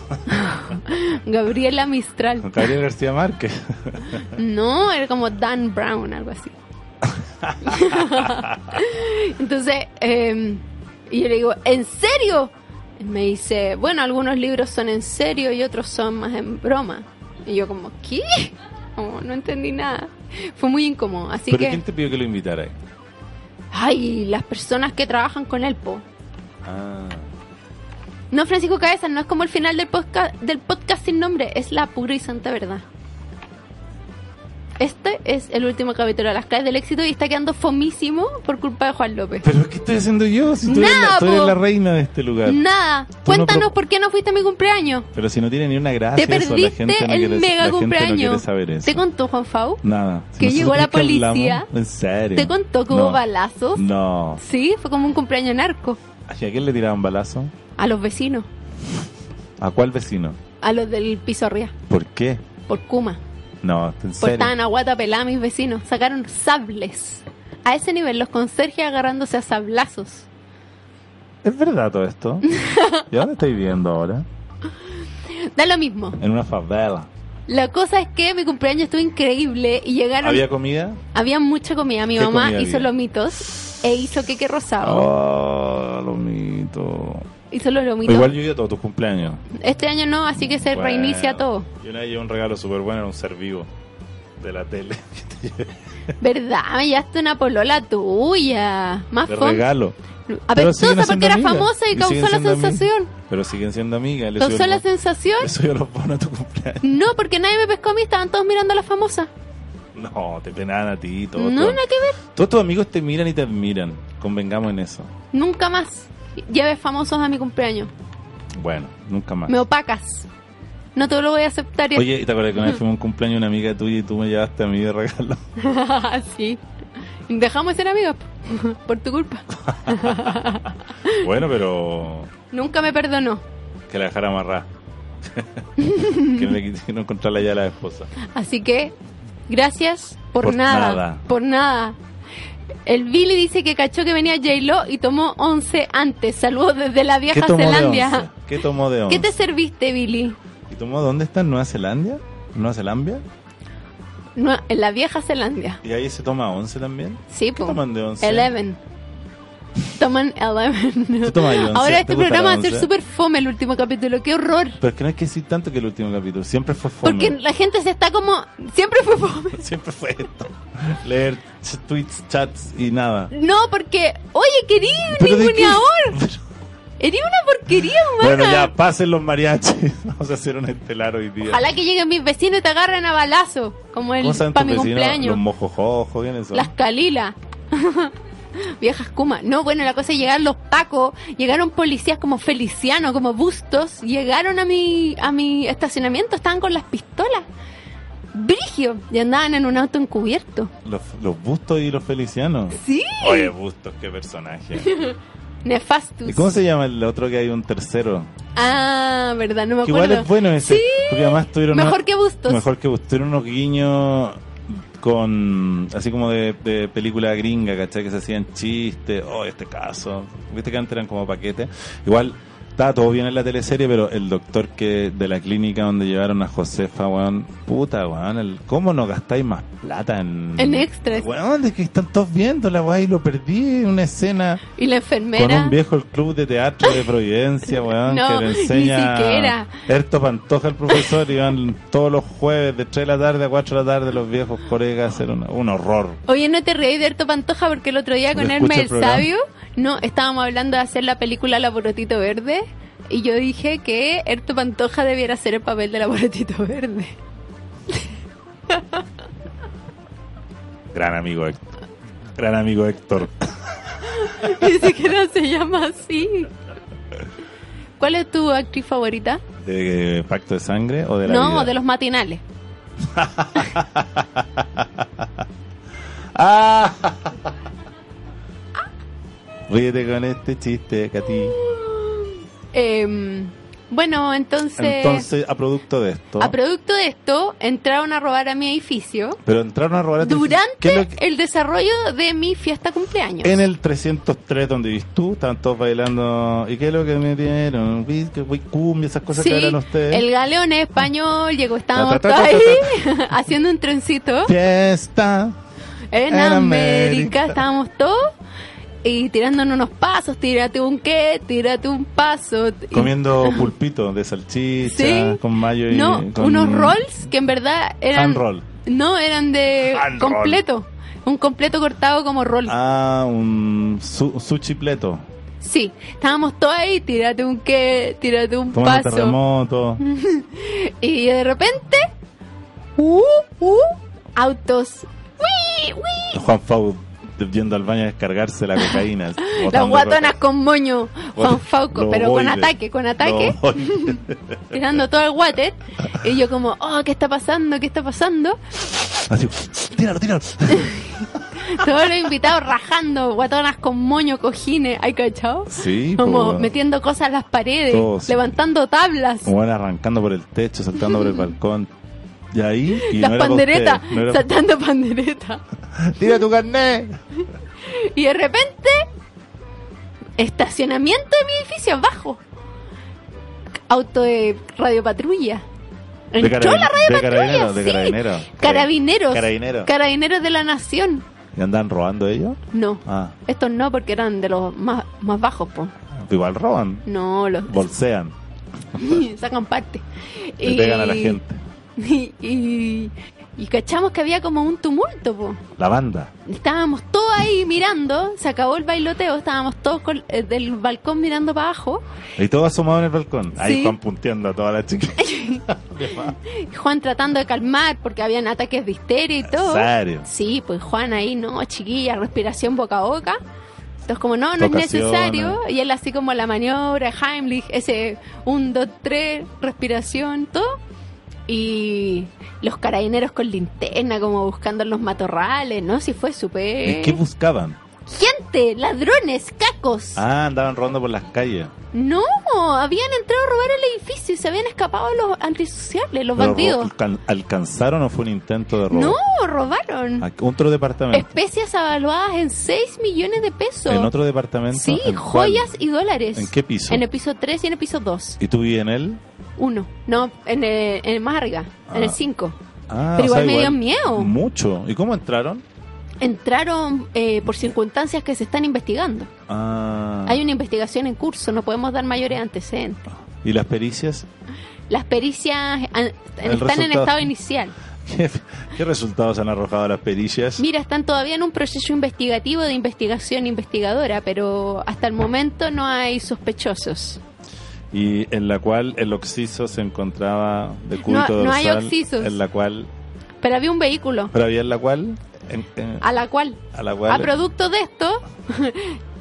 Speaker 1: Gabriela Mistral.
Speaker 3: Gabriel García Márquez.
Speaker 1: No, era como Dan Brown, algo así. Entonces, eh, y yo le digo, ¿en serio? Y me dice, bueno, algunos libros son en serio y otros son más en broma. Y yo como, ¿qué? Como, no entendí nada. Fue muy incómodo. Así
Speaker 3: ¿Pero
Speaker 1: que,
Speaker 3: quién te pidió que lo invitara?
Speaker 1: ay, las personas que trabajan con él, po.
Speaker 3: Ah,
Speaker 1: No, Francisco Cabezas, no es como el final del podcast, del podcast sin nombre, es la pura y santa verdad. Este es el último capítulo de las claves del éxito y está quedando fomísimo por culpa de Juan López.
Speaker 3: ¿Pero qué estoy haciendo yo? Si tú, eres,
Speaker 1: Nada,
Speaker 3: la, tú eres
Speaker 1: po.
Speaker 3: la reina de este lugar.
Speaker 1: Nada,
Speaker 3: no
Speaker 1: cuéntanos
Speaker 3: pro-
Speaker 1: por qué no fuiste a mi cumpleaños.
Speaker 3: Pero si no tiene ni una gracia
Speaker 1: Te
Speaker 3: eso, la
Speaker 1: perdiste
Speaker 3: gente no
Speaker 1: el
Speaker 3: quiere,
Speaker 1: mega
Speaker 3: la gente no
Speaker 1: cumpleaños.
Speaker 3: quiere saber eso.
Speaker 1: ¿Te contó Juan Fau?
Speaker 3: Nada. Si
Speaker 1: Que
Speaker 3: nosotros
Speaker 1: llegó la
Speaker 3: es que hablamos-
Speaker 1: policía.
Speaker 3: en serio.
Speaker 1: ¿Te contó que hubo
Speaker 3: No.
Speaker 1: balazos?
Speaker 3: No.
Speaker 1: Sí, fue como un cumpleaños narco.
Speaker 3: ¿A quién le tiraban balazo?
Speaker 1: A los vecinos,
Speaker 3: ¿A cuál vecino?
Speaker 1: a los del piso arriba,
Speaker 3: ¿Por qué?
Speaker 1: por Kuma.
Speaker 3: No, en
Speaker 1: Por
Speaker 3: serio.
Speaker 1: Pues estaban a guata pelada mis vecinos. Sacaron sables. A ese nivel, los conserjes agarrándose a sablazos.
Speaker 3: ¿Es verdad todo esto? ¿Y dónde estoy viviendo ahora?
Speaker 1: Da lo mismo.
Speaker 3: En una favela.
Speaker 1: La cosa es que mi cumpleaños estuvo increíble y llegaron.
Speaker 3: ¿Había comida?
Speaker 1: había mucha comida. Mi
Speaker 3: ¿Qué
Speaker 1: mamá
Speaker 3: comida
Speaker 1: hizo
Speaker 3: había?
Speaker 1: lomitos e hizo queque rosado.
Speaker 3: Oh, lo mito.
Speaker 1: Hizo los lomitos.
Speaker 3: Igual yo iba a todos tus cumpleaños.
Speaker 1: Este año no, así que se
Speaker 3: Bueno,
Speaker 1: reinicia todo.
Speaker 3: Yo le llevé un regalo súper bueno, era un ser vivo. de la tele.
Speaker 1: ¿Verdad? Me llevaste una polola tuya. Más
Speaker 3: De
Speaker 1: fome.
Speaker 3: regalo. Pero siguen
Speaker 1: Apestosa porque
Speaker 3: siendo
Speaker 1: era
Speaker 3: amigas.
Speaker 1: famosa y
Speaker 3: Y
Speaker 1: causó
Speaker 3: siguen
Speaker 1: la
Speaker 3: siendo amigas.
Speaker 1: sensación.
Speaker 3: Pero siguen siendo amigas. Le
Speaker 1: ¿Causó
Speaker 3: subió
Speaker 1: la
Speaker 3: los,
Speaker 1: sensación?
Speaker 3: le subió los bonos a tu cumpleaños.
Speaker 1: No, porque nadie me pescó a mí, estaban todos mirando a la famosa.
Speaker 3: No, te penaban a ti. Todo,
Speaker 1: no,
Speaker 3: todo.
Speaker 1: nada que ver.
Speaker 3: Todos tus amigos te miran y te admiran. Convengamos en eso.
Speaker 1: Nunca más lleves famosos a mi cumpleaños.
Speaker 3: Bueno, nunca más.
Speaker 1: Me opacas. No te lo voy a aceptar. Y...
Speaker 3: Ah. Oye, ¿y ¿te acuerdas que una vez fuimos a un cumpleaños de una amiga tuya y tú me llevaste a mí de regalo?
Speaker 1: sí. Dejamos de ser amigos po. por tu culpa.
Speaker 3: Bueno, pero
Speaker 1: Nunca me perdonó.
Speaker 3: que la dejara amarrada. que no, le quit- que no encontrara ya a la esposa.
Speaker 1: Así que, gracias por,
Speaker 3: Por
Speaker 1: nada,
Speaker 3: nada.
Speaker 1: Por nada. El Billy dice que cachó que venía J-Lo y tomó 11 antes. Saludos desde la vieja
Speaker 3: de once?
Speaker 1: Zelandia.
Speaker 3: ¿Qué tomó de
Speaker 1: ¿Qué te
Speaker 3: once?
Speaker 1: serviste, Billy?
Speaker 3: ¿Y tomó dónde está? ¿En ¿Nueva Zelandia? ¿Nueva Zelambia?
Speaker 1: No, en la vieja Zelandia.
Speaker 3: ¿Y ahí se toma once también?
Speaker 1: Sí,
Speaker 3: ¿Qué
Speaker 1: po.
Speaker 3: toman de once?
Speaker 1: Eleven. Toman Eleven.
Speaker 3: ¿Tú tomas de once?
Speaker 1: Ahora
Speaker 3: ¿Te
Speaker 1: este
Speaker 3: gusta
Speaker 1: programa
Speaker 3: la
Speaker 1: va a ser
Speaker 3: once?
Speaker 1: súper fome el último capítulo. ¡Qué horror!
Speaker 3: Pero es que no hay que decir tanto que el último capítulo. Siempre fue fome.
Speaker 1: Porque la gente se está como... Siempre fue fome.
Speaker 3: Siempre fue esto. Leer ch- tweets, chats y nada.
Speaker 1: No, porque... Oye, querido
Speaker 3: ¿Pero de qué?
Speaker 1: ninguneador. Eres una porquería humana.
Speaker 3: Bueno, ya pasen los mariachis. Vamos a hacer un estelar hoy día.
Speaker 1: Ojalá que lleguen mis vecinos y te agarren a balazo. Como el
Speaker 3: ¿Cómo saben
Speaker 1: para
Speaker 3: tus
Speaker 1: mi
Speaker 3: vecinos?
Speaker 1: cumpleaños.
Speaker 3: Los mojojojos, ¿quiénes son?
Speaker 1: Las Calila. Viejas Kuma. No, bueno, la cosa es llegar los Pacos, llegaron policías como Feliciano, como Bustos, llegaron a mi, a mi estacionamiento, estaban con las pistolas. Brigio. Y andaban en un auto encubierto.
Speaker 3: Los, los bustos y los felicianos.
Speaker 1: Sí.
Speaker 3: Oye, bustos, qué personaje.
Speaker 1: Nefastus.
Speaker 3: ¿Y cómo se llama el otro que hay un tercero?
Speaker 1: Ah, verdad, no me
Speaker 3: Que
Speaker 1: acuerdo.
Speaker 3: igual es bueno ese.
Speaker 1: Sí.
Speaker 3: Porque además tuvieron.
Speaker 1: Mejor
Speaker 3: unos-
Speaker 1: que Bustos.
Speaker 3: Mejor que Bustos. Tuvieron unos guiños con. Así como de, de película gringa, ¿cachai? Que se hacían chistes. Oh, este caso. Viste que antes eran como paquetes. Igual. Estaba todo bien en la teleserie, pero el doctor que de la clínica donde llevaron a Josefa, weón, puta, weón, el, ¿cómo no gastáis más plata en...
Speaker 1: En extras.
Speaker 3: Weón, es que están todos viendo la weá y lo perdí en una escena.
Speaker 1: Y la enfermera.
Speaker 3: Con un viejo el club de teatro de Providencia, weón,
Speaker 1: No,
Speaker 3: que
Speaker 1: ni
Speaker 3: le enseña.
Speaker 1: siquiera.
Speaker 3: Erto Pantoja, el profesor, y van todos los jueves de 3 de la tarde a 4 de la tarde los viejos colegas a hacer una- un horror.
Speaker 1: Oye, no te reí de Erto Pantoja porque el otro día con
Speaker 3: No
Speaker 1: Hermes
Speaker 3: escucha el
Speaker 1: el
Speaker 3: programa.
Speaker 1: Sabio, no, estábamos hablando de hacer la película Laborotito Verde y yo dije que Erto Pantoja debiera hacer el papel de Laborotito Verde.
Speaker 3: Gran amigo Héctor. Gran amigo Héctor.
Speaker 1: Ni siquiera se llama así. ¿Cuál es tu actriz favorita?
Speaker 3: ¿De eh, Pacto de Sangre o de la
Speaker 1: no,
Speaker 3: vida?
Speaker 1: de los matinales.
Speaker 3: ¡Ah! Ríete con este chiste, Katy.
Speaker 1: Em, bueno, entonces,
Speaker 3: Entonces, a producto de esto.
Speaker 1: a producto de esto, entraron a robar a mi edificio
Speaker 3: pero entraron a robar a tu- ¿Qué es
Speaker 1: durante
Speaker 3: lo que-
Speaker 1: el desarrollo de mi fiesta cumpleaños.
Speaker 3: En el 303 donde vivís tú, estaban todos bailando. ¿Y qué es lo que me dieron? Whisky, whisky, Cumbia, esas cosas que hablan ustedes.
Speaker 1: El galeón es español, llegó, estábamos
Speaker 3: Ta, ta, ta,
Speaker 1: todos
Speaker 3: ta,
Speaker 1: ahí haciendo un trencito
Speaker 3: Fiesta.
Speaker 1: en
Speaker 3: En
Speaker 1: América,
Speaker 3: América.
Speaker 1: estábamos todos y tirándonos unos pasos, tírate un qué, tírate un paso. Y-
Speaker 3: Comiendo pulpito de salchicha,
Speaker 1: Sí.
Speaker 3: con mayo y.
Speaker 1: no,
Speaker 3: con-
Speaker 1: unos rolls que en verdad eran
Speaker 3: Hand roll.
Speaker 1: no eran de
Speaker 3: Hand roll.
Speaker 1: completo, un completo cortado como roll.
Speaker 3: Ah, un su, sushi pleto.
Speaker 1: Sí, estábamos todos ahí, tírate un qué, tírate un
Speaker 3: Tomando
Speaker 1: paso.
Speaker 3: terremoto.
Speaker 1: Y de repente, uh, uh, autos. ¡Wii, wii!
Speaker 3: Juan Fau yendo al baño a descargarse la cocaína.
Speaker 1: Las
Speaker 3: botando
Speaker 1: guatonas
Speaker 3: coca-
Speaker 1: con moño, Juan Fauco,
Speaker 3: Los
Speaker 1: pero con
Speaker 3: boides.
Speaker 1: ataque, con ataque,
Speaker 3: Los boides.
Speaker 1: tirando todo el water. Y yo como, oh, ¿qué está pasando? ¿Qué está pasando?
Speaker 3: Así, tíralo, tíralo.
Speaker 1: Todos los invitados rajando, guatonas con moño, cojines, ¿hay cachao?
Speaker 3: Sí, pues,
Speaker 1: Como
Speaker 3: po.
Speaker 1: metiendo cosas en las paredes,
Speaker 3: Todos.
Speaker 1: levantando tablas,
Speaker 3: Como van arrancando por el techo, saltando por el balcón. Y ahí. Y
Speaker 1: las
Speaker 3: no era pa'
Speaker 1: panderetas,
Speaker 3: ustedes, no era pa'
Speaker 1: saltando panderetas.
Speaker 3: ¡Tira tu carnet!
Speaker 1: Y de repente, estacionamiento de mi edificio abajo. Auto de radio patrulla. Entró la radio
Speaker 3: de
Speaker 1: patrulla,
Speaker 3: carabineros, de
Speaker 1: sí.
Speaker 3: carabineros.
Speaker 1: Carabineros.
Speaker 3: Carabineros.
Speaker 1: Carabineros de la nación.
Speaker 3: ¿Y andan robando ellos?
Speaker 1: No.
Speaker 3: Ah,
Speaker 1: Estos no, porque eran de los más, más bajos, po.
Speaker 3: igual roban.
Speaker 1: No, los
Speaker 3: Bolsean.
Speaker 1: sacan parte.
Speaker 3: Le pegan a la gente.
Speaker 1: Y, y- Y cachamos que había como un tumulto, po.
Speaker 3: La banda.
Speaker 1: Estábamos todos ahí mirando, se acabó el bailoteo, estábamos todos col- eh, del balcón mirando para abajo.
Speaker 3: Y todo asomado en el balcón. Ahí
Speaker 1: Sí.
Speaker 3: están punteando a todas las chicas.
Speaker 1: Y Juan tratando de calmar porque habían ataques de histeria y todo.
Speaker 3: Serio.
Speaker 1: Sí, pues Juan ahí, no, chiquilla, respiración boca a boca. Entonces como, no, no es
Speaker 3: Tocación,
Speaker 1: necesario. Y él así como la maniobra, Heimlich, ese 1, 2, 3, respiración, todo. Y los carabineros con linterna como buscando en los matorrales, ¿no? Si fue
Speaker 3: ¿Y
Speaker 1: súper...
Speaker 3: qué buscaban?
Speaker 1: ¡Gente! ¡Ladrones! ¡Cacos!
Speaker 3: Ah, andaban rodando por las calles.
Speaker 1: No, habían entrado a robar el edificio y se habían escapado los antisociales, los
Speaker 3: Pero
Speaker 1: bandidos.
Speaker 3: ro- alcan- ¿Alcanzaron o fue un intento de robo?
Speaker 1: No, robaron.
Speaker 3: Aquí- Otro departamento.
Speaker 1: Especias avaluadas en 6 millones de pesos.
Speaker 3: En otro departamento.
Speaker 1: Sí,
Speaker 3: ¿En cuál?
Speaker 1: joyas y dólares.
Speaker 3: ¿En qué piso?
Speaker 1: En el piso 3 y en el piso 2.
Speaker 3: ¿Y tú vivías en él?
Speaker 1: Uno. No, en el, en el más arriba, en el
Speaker 3: Ah.
Speaker 1: 5.
Speaker 3: Ah,
Speaker 1: Pero igual me dio miedo.
Speaker 3: Mucho. ¿Y cómo entraron?
Speaker 1: Entraron eh, por circunstancias que se están investigando.
Speaker 3: Ah,
Speaker 1: Hay una investigación en curso, no podemos dar mayores antecedentes.
Speaker 3: ¿Y las pericias?
Speaker 1: Las pericias an- están
Speaker 3: El
Speaker 1: en
Speaker 3: resultado.
Speaker 1: estado inicial.
Speaker 3: ¿Qué, qué resultados han arrojado las pericias?
Speaker 1: Mira, están todavía en un proceso investigativo de investigación investigadora, pero hasta el momento no hay sospechosos.
Speaker 3: Y en la cual el occiso se encontraba de culto
Speaker 1: No- no hay
Speaker 3: dorsal,
Speaker 1: occisos.
Speaker 3: En la cual...
Speaker 1: Pero había un vehículo
Speaker 3: Pero había en la cual... en- en-
Speaker 1: a la cual
Speaker 3: a la
Speaker 1: A
Speaker 3: cual...
Speaker 1: producto de esto,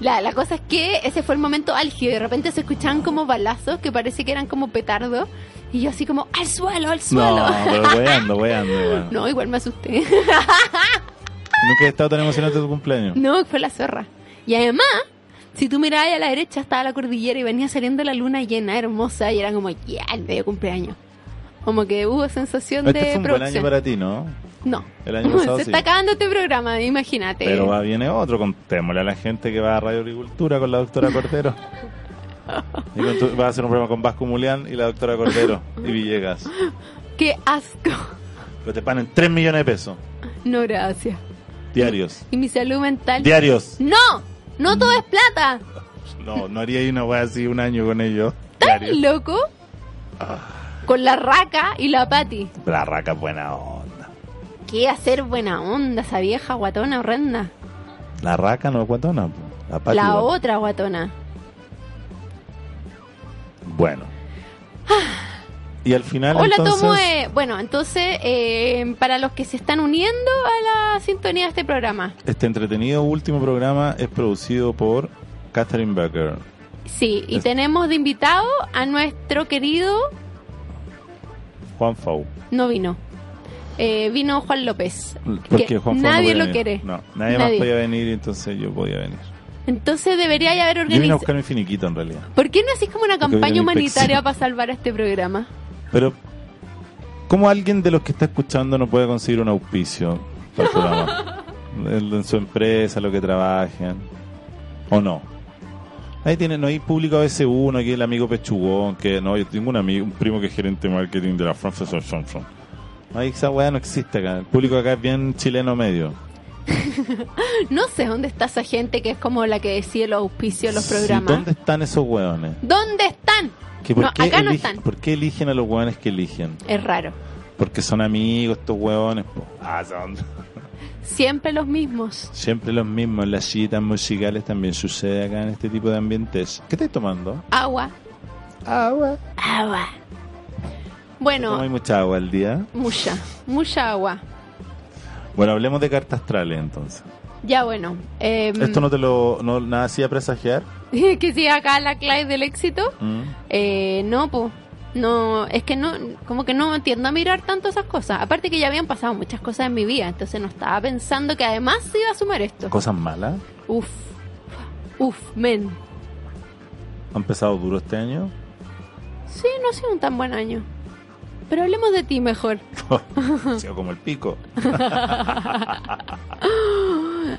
Speaker 1: la, la cosa es que ese fue el momento álgido. De repente se escuchaban como balazos que parece que eran como petardos. Y yo así como, al suelo, al suelo.
Speaker 3: no, pero weando, weando. weando.
Speaker 1: No, igual me asusté.
Speaker 3: Nunca he estado tan emocionante de tu cumpleaños.
Speaker 1: No, fue la zorra. Y además, si tú mirabas a la derecha, estaba la cordillera y venía saliendo la luna llena, hermosa. Y era como, ya, el medio cumpleaños. Como que hubo sensación
Speaker 3: Este
Speaker 1: de
Speaker 3: fue un buen año
Speaker 1: producción.
Speaker 3: para ti, ¿no?
Speaker 1: No.
Speaker 3: El año pasado
Speaker 1: se
Speaker 3: sí.
Speaker 1: está acabando este programa, imagínate.
Speaker 3: Pero va, viene otro, contémosle a la gente que va a Radio Agricultura con la doctora Cordero. Y con tu- va a hacer un programa con Vasco Mulián y la doctora Cordero y Villegas.
Speaker 1: Qué asco.
Speaker 3: Pero te pagan 3 millones de pesos.
Speaker 1: No, gracias.
Speaker 3: Diarios.
Speaker 1: Y mi salud mental.
Speaker 3: Diarios.
Speaker 1: ¡No! ¡No todo es plata!
Speaker 3: No, no haría ahí una wea así un año con ellos.
Speaker 1: ¿Tan
Speaker 3: Diarios.
Speaker 1: loco?
Speaker 3: Ah.
Speaker 1: Con la raca y la pati.
Speaker 3: La raca es buena onda.
Speaker 1: ¿Qué hacer buena onda esa vieja guatona horrenda?
Speaker 3: La raca no es guatona. po. La, Pati
Speaker 1: la
Speaker 3: igual.
Speaker 1: otra guatona.
Speaker 3: Bueno. Y al final
Speaker 1: Hola,
Speaker 3: entonces...
Speaker 1: Tomo. eh, Bueno, entonces, eh, para los que se están uniendo a la sintonía de este programa.
Speaker 3: Este entretenido último programa es producido por Catherine Becker.
Speaker 1: Sí, y
Speaker 3: Es-
Speaker 1: tenemos de invitado a nuestro querido...
Speaker 3: Juan Fau.
Speaker 1: No vino. Eh, vino Juan López.
Speaker 3: Porque
Speaker 1: que
Speaker 3: Juan Fau no
Speaker 1: nadie
Speaker 3: podía
Speaker 1: lo
Speaker 3: venir.
Speaker 1: quiere.
Speaker 3: No, nadie, más
Speaker 1: Nadie.
Speaker 3: podía venir, entonces yo podía venir.
Speaker 1: Entonces debería ya haber
Speaker 3: Yo vine a
Speaker 1: organizado...
Speaker 3: buscar mi finiquito en realidad.
Speaker 1: ¿Por qué no haces como una
Speaker 3: Porque
Speaker 1: campaña
Speaker 3: vino la inspección.
Speaker 1: humanitaria para salvar a este programa?
Speaker 3: Pero, ¿cómo alguien de los que está escuchando no puede conseguir un auspicio para el programa? en en su empresa, lo que trabajen. ¿O no? Ahí tiene, no hay público a veces uno, aquí el amigo pechugón, que no, yo tengo un amigo, un primo que es gerente de marketing de la France Johnson. No, esa weá no existe acá. El público acá es bien chileno medio.
Speaker 1: No sé dónde está esa gente que es como la que decide los auspicios, los
Speaker 3: Sí,
Speaker 1: programas.
Speaker 3: ¿Dónde están esos hueones?
Speaker 1: ¿Dónde están?
Speaker 3: Que por
Speaker 1: No,
Speaker 3: qué
Speaker 1: acá no
Speaker 3: eligen,
Speaker 1: están.
Speaker 3: ¿Por qué eligen a los hueones que eligen?
Speaker 1: Es raro.
Speaker 3: Porque son amigos estos hueones. po. Ah, son...
Speaker 1: Siempre los mismos.
Speaker 3: Siempre los mismos, las citas musicales también sucede acá en este tipo de ambientes. ¿Qué estáis tomando?
Speaker 1: Agua.
Speaker 3: Agua.
Speaker 1: Agua.
Speaker 3: No hay
Speaker 1: Ah, Bueno,
Speaker 3: mucha agua al día.
Speaker 1: mucha, mucha agua.
Speaker 3: Bueno, hablemos de cartas astrales entonces.
Speaker 1: Ya bueno. em,
Speaker 3: Esto no te lo no, nada hacía presagiar.
Speaker 1: que si acá la clave del éxito.
Speaker 3: Mm.
Speaker 1: Eh, no, pues. No, es que no, como que no tiendo a mirar tanto esas cosas. Aparte que ya habían pasado muchas cosas en mi vida, entonces no estaba pensando que además se iba a sumar esto.
Speaker 3: Cosas malas.
Speaker 1: Uf, uf, men.
Speaker 3: Ha empezado duro este año.
Speaker 1: Sí, no ha sido un tan buen año. Pero hablemos de ti mejor.
Speaker 3: Ha sido como el pico.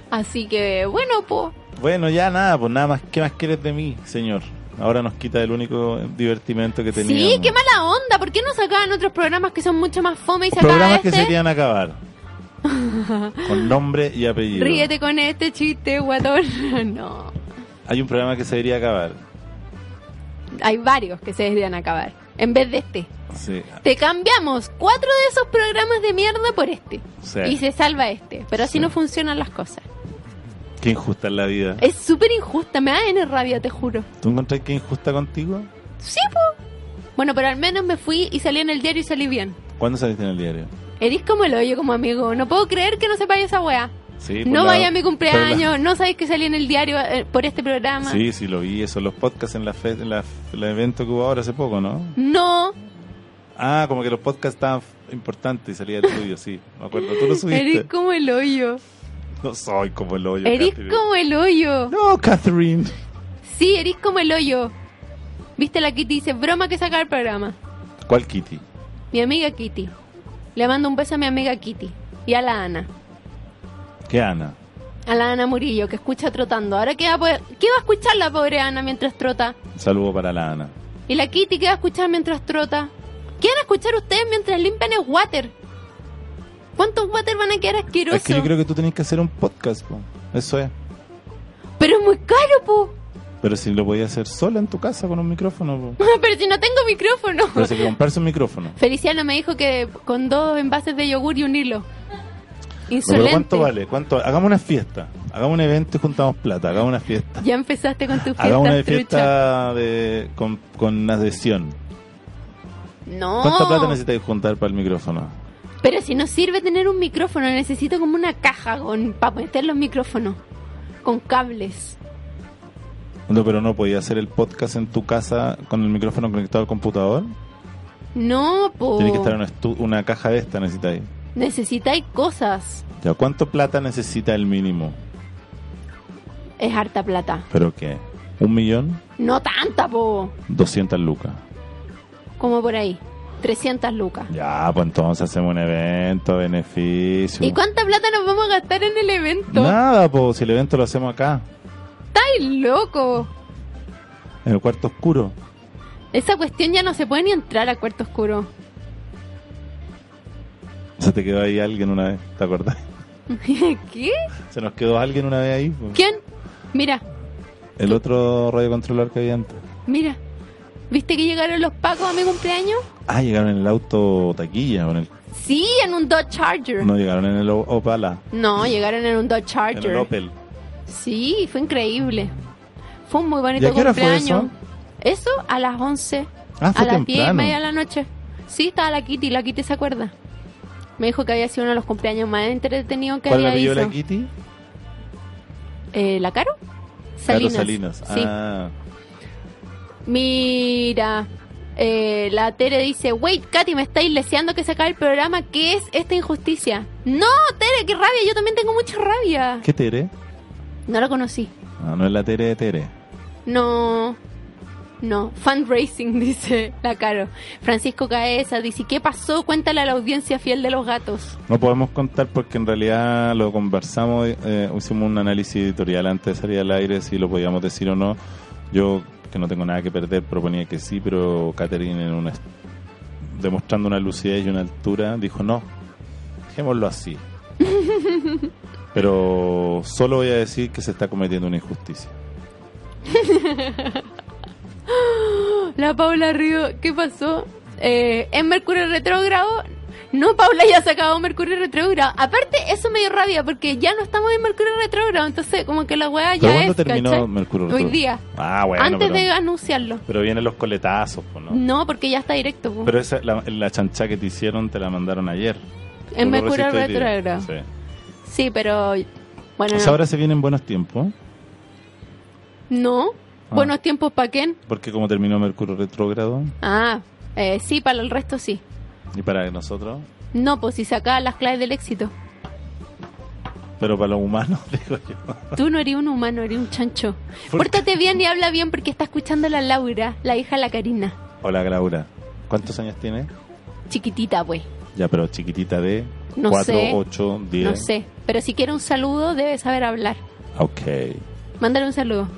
Speaker 1: Así que, bueno, po.
Speaker 3: Bueno, ya nada, pues nada más. ¿Qué más quieres de mí, señor? Ahora nos quita el único divertimento que teníamos.
Speaker 1: Sí, qué mala onda. ¿Por qué no sacaban otros programas que son mucho más fome y sacaban
Speaker 3: Programas
Speaker 1: este?
Speaker 3: que se querían acabar. Con nombre y apellido.
Speaker 1: Ríete con este chiste, guatón. no.
Speaker 3: Hay un programa que se debería acabar.
Speaker 1: Hay varios que se deberían acabar. en vez de este.
Speaker 3: Sí,
Speaker 1: Te cambiamos cuatro de esos programas de mierda por este.
Speaker 3: sí.
Speaker 1: Y se salva este. Pero así
Speaker 3: Sí.
Speaker 1: no funcionan las cosas.
Speaker 3: Qué injusta es la vida.
Speaker 1: Es súper injusta. Me da en rabia, te juro.
Speaker 3: ¿Tú encontrás que es injusta contigo?
Speaker 1: Sí, po. Bueno, pero al menos me fui y salí en el diario y salí bien.
Speaker 3: ¿Cuándo saliste en el diario?
Speaker 1: Eres como el hoyo, como amigo. No puedo creer que no sepáis esa weá.
Speaker 3: Sí, por
Speaker 1: No
Speaker 3: la-
Speaker 1: vaya a mi
Speaker 3: por la-
Speaker 1: cumpleaños, no sabéis que salí en el diario eh, por este programa.
Speaker 3: Sí, sí, lo vi, eso, los podcasts en la fe, en la, el evento que hubo ahora hace poco, ¿no?
Speaker 1: No,
Speaker 3: Ah, como que los podcasts estaban f- importantes y salía el tuyo, sí, me acuerdo. Tú lo
Speaker 1: eres
Speaker 3: subiste.
Speaker 1: como el hoyo.
Speaker 3: No soy como el hoyo.
Speaker 1: Eres
Speaker 3: Catherine.
Speaker 1: como el hoyo.
Speaker 3: No, Catherine.
Speaker 1: Sí, eres como el hoyo. Viste la Kitty, dice broma que saca el programa.
Speaker 3: ¿Cuál Kitty?
Speaker 1: Mi amiga Kitty. Le mando un beso a mi amiga Kitty y a la Ana.
Speaker 3: ¿Qué Ana?
Speaker 1: A la Ana Murillo, que escucha trotando. Ahora, ¿qué va a, poder- qué va a escuchar la pobre Ana mientras trota?
Speaker 3: Un saludo para la Ana.
Speaker 1: ¿Y la Kitty qué va a escuchar mientras trota? ¿Qué van a escuchar ustedes mientras limpian el water? ¿Cuántos water van a quedar asquerosos?
Speaker 3: Es que yo creo que tú tenés que hacer un podcast, po. eso es.
Speaker 1: Pero es muy caro, po.
Speaker 3: Pero si lo podías hacer sola en tu casa con un micrófono, po.
Speaker 1: Pero si no tengo micrófono.
Speaker 3: pero si hay que comprarse un micrófono.
Speaker 1: Feliciano me dijo que con dos envases de yogur y un hilo.
Speaker 3: Pero
Speaker 1: Insolente.
Speaker 3: ¿cuánto vale? ¿Cuánto? Hagamos una fiesta, hagamos un evento y juntamos plata, hagamos una fiesta.
Speaker 1: Ya empezaste con tus
Speaker 3: Hagamos una
Speaker 1: fiestas truchas.
Speaker 3: fiesta de, con, con adhesión.
Speaker 1: No.
Speaker 3: ¿Cuánta plata necesitáis juntar para el micrófono?
Speaker 1: Pero si no sirve tener un micrófono, necesito como una caja con para meter los micrófonos con cables.
Speaker 3: No, pero no podía hacer el podcast en tu casa con el micrófono conectado al computador.
Speaker 1: No, po.
Speaker 3: Tienes que estar en una, estu- una caja de esta necesitáis.
Speaker 1: Necesitáis cosas.
Speaker 3: Ya, ¿cuánto plata necesita el mínimo?
Speaker 1: Es harta plata.
Speaker 3: ¿Pero qué? ¿Un millón?
Speaker 1: No tanta, po.
Speaker 3: Doscientas lucas.
Speaker 1: Como por ahí. 300 lucas.
Speaker 3: Ya, pues entonces hacemos un evento, beneficio.
Speaker 1: ¿Y cuánta plata nos vamos a gastar en el evento?
Speaker 3: Nada, pues si el evento lo hacemos acá,
Speaker 1: ¡Estáis loco!
Speaker 3: en el cuarto oscuro.
Speaker 1: Esa cuestión ya no se puede ni entrar al cuarto oscuro.
Speaker 3: Se te quedó ahí alguien una vez, ¿te acordás?
Speaker 1: ¿Qué?
Speaker 3: Se nos quedó alguien una vez ahí. pues.
Speaker 1: ¿Quién? Mira,
Speaker 3: El otro radio controlador que había antes.
Speaker 1: mira. ¿Viste que llegaron los pacos a mi cumpleaños?
Speaker 3: Ah, llegaron en el auto taquilla. o en el-
Speaker 1: Sí, en un Dodge Charger. No,
Speaker 3: no, llegaron en el O- Opala.
Speaker 1: llegaron en un Dodge
Speaker 3: En
Speaker 1: Charger.
Speaker 3: el Opel.
Speaker 1: Sí, fue increíble. Fue un muy bonito
Speaker 3: ¿Y a qué hora fue
Speaker 1: cumpleaños. eso? a las 11,
Speaker 3: Ah,
Speaker 1: a
Speaker 3: fue
Speaker 1: las 10 y
Speaker 3: temprano.
Speaker 1: media de la noche. Sí, estaba la Kitty, la Kitty se acuerda. Me dijo que había sido uno de los cumpleaños más entretenidos que
Speaker 3: ¿Cuál la
Speaker 1: había
Speaker 3: pilló
Speaker 1: ido.
Speaker 3: la Kitty?
Speaker 1: Eh, ¿La Caro?
Speaker 3: Claro,
Speaker 1: Salinas.
Speaker 3: Salinas.
Speaker 1: Sí.
Speaker 3: Ah,
Speaker 1: Mira, eh, la Tere dice, wait, Katy, me estáis leseando que se acabe el programa. ¿Qué es esta injusticia? No, Tere, qué rabia, yo también tengo mucha rabia.
Speaker 3: ¿Qué Tere?
Speaker 1: No la conocí.
Speaker 3: Ah, no es la Tere de Tere.
Speaker 1: No, no. Fundraising, dice la Caro. Francisco Caesa dice, ¿qué pasó? Cuéntale a la audiencia fiel de los gatos.
Speaker 3: No podemos contar porque en realidad lo conversamos, eh, hicimos un análisis editorial antes de salir al aire, si lo podíamos decir o no. Yo, que no tengo nada que perder, proponía que sí, pero Catherine, en una, demostrando una lucidez y una altura, dijo no, dejémoslo así. pero solo voy a decir que se está cometiendo una injusticia.
Speaker 1: La Paula Río, ¿qué pasó? Eh, ¿En Mercurio retrógrado? No, Paula ya se acabó Mercurio retrógrado. Aparte, eso me dio rabia porque ya no estamos en Mercurio retrógrado, entonces como que la weá
Speaker 3: ¿Pero
Speaker 1: ya
Speaker 3: cuándo
Speaker 1: es,
Speaker 3: terminó
Speaker 1: ¿cachai?
Speaker 3: Mercurio
Speaker 1: Hoy
Speaker 3: Retrógrado?
Speaker 1: día,
Speaker 3: Ah, bueno,
Speaker 1: antes
Speaker 3: pero,
Speaker 1: de anunciarlo.
Speaker 3: pero vienen los coletazos, pues, ¿no?
Speaker 1: No, porque ya está directo. po.
Speaker 3: Pero esa, la, la chancha que te hicieron te la mandaron ayer.
Speaker 1: en
Speaker 3: Tú lo
Speaker 1: Mercurio
Speaker 3: recibiste hoy día.
Speaker 1: retrógrado. Ah. Sí.
Speaker 3: Sí.
Speaker 1: pero bueno,
Speaker 3: O sea,
Speaker 1: no.
Speaker 3: ahora se vienen buenos tiempos,
Speaker 1: No.
Speaker 3: Ah.
Speaker 1: buenos tiempos para quién.
Speaker 3: porque como terminó Mercurio retrógrado,
Speaker 1: Ah, eh, sí, para el resto sí.
Speaker 3: y para nosotros,
Speaker 1: No, pues si sacaba las claves del éxito.
Speaker 3: pero para los humanos, digo yo.
Speaker 1: Tú no eres un humano, eres un chancho.
Speaker 3: ¿Por
Speaker 1: Pórtate bien y habla bien porque está escuchando a la Laura, la hija de la Karina.
Speaker 3: Hola, Laura. ¿Cuántos años tienes?
Speaker 1: Chiquitita, güey.
Speaker 3: Ya, pero chiquitita de
Speaker 1: No
Speaker 3: 4,
Speaker 1: sé.
Speaker 3: 8, 10.
Speaker 1: No sé. Pero si quiere un saludo, debe saber hablar.
Speaker 3: Ok.
Speaker 1: Mándale un saludo.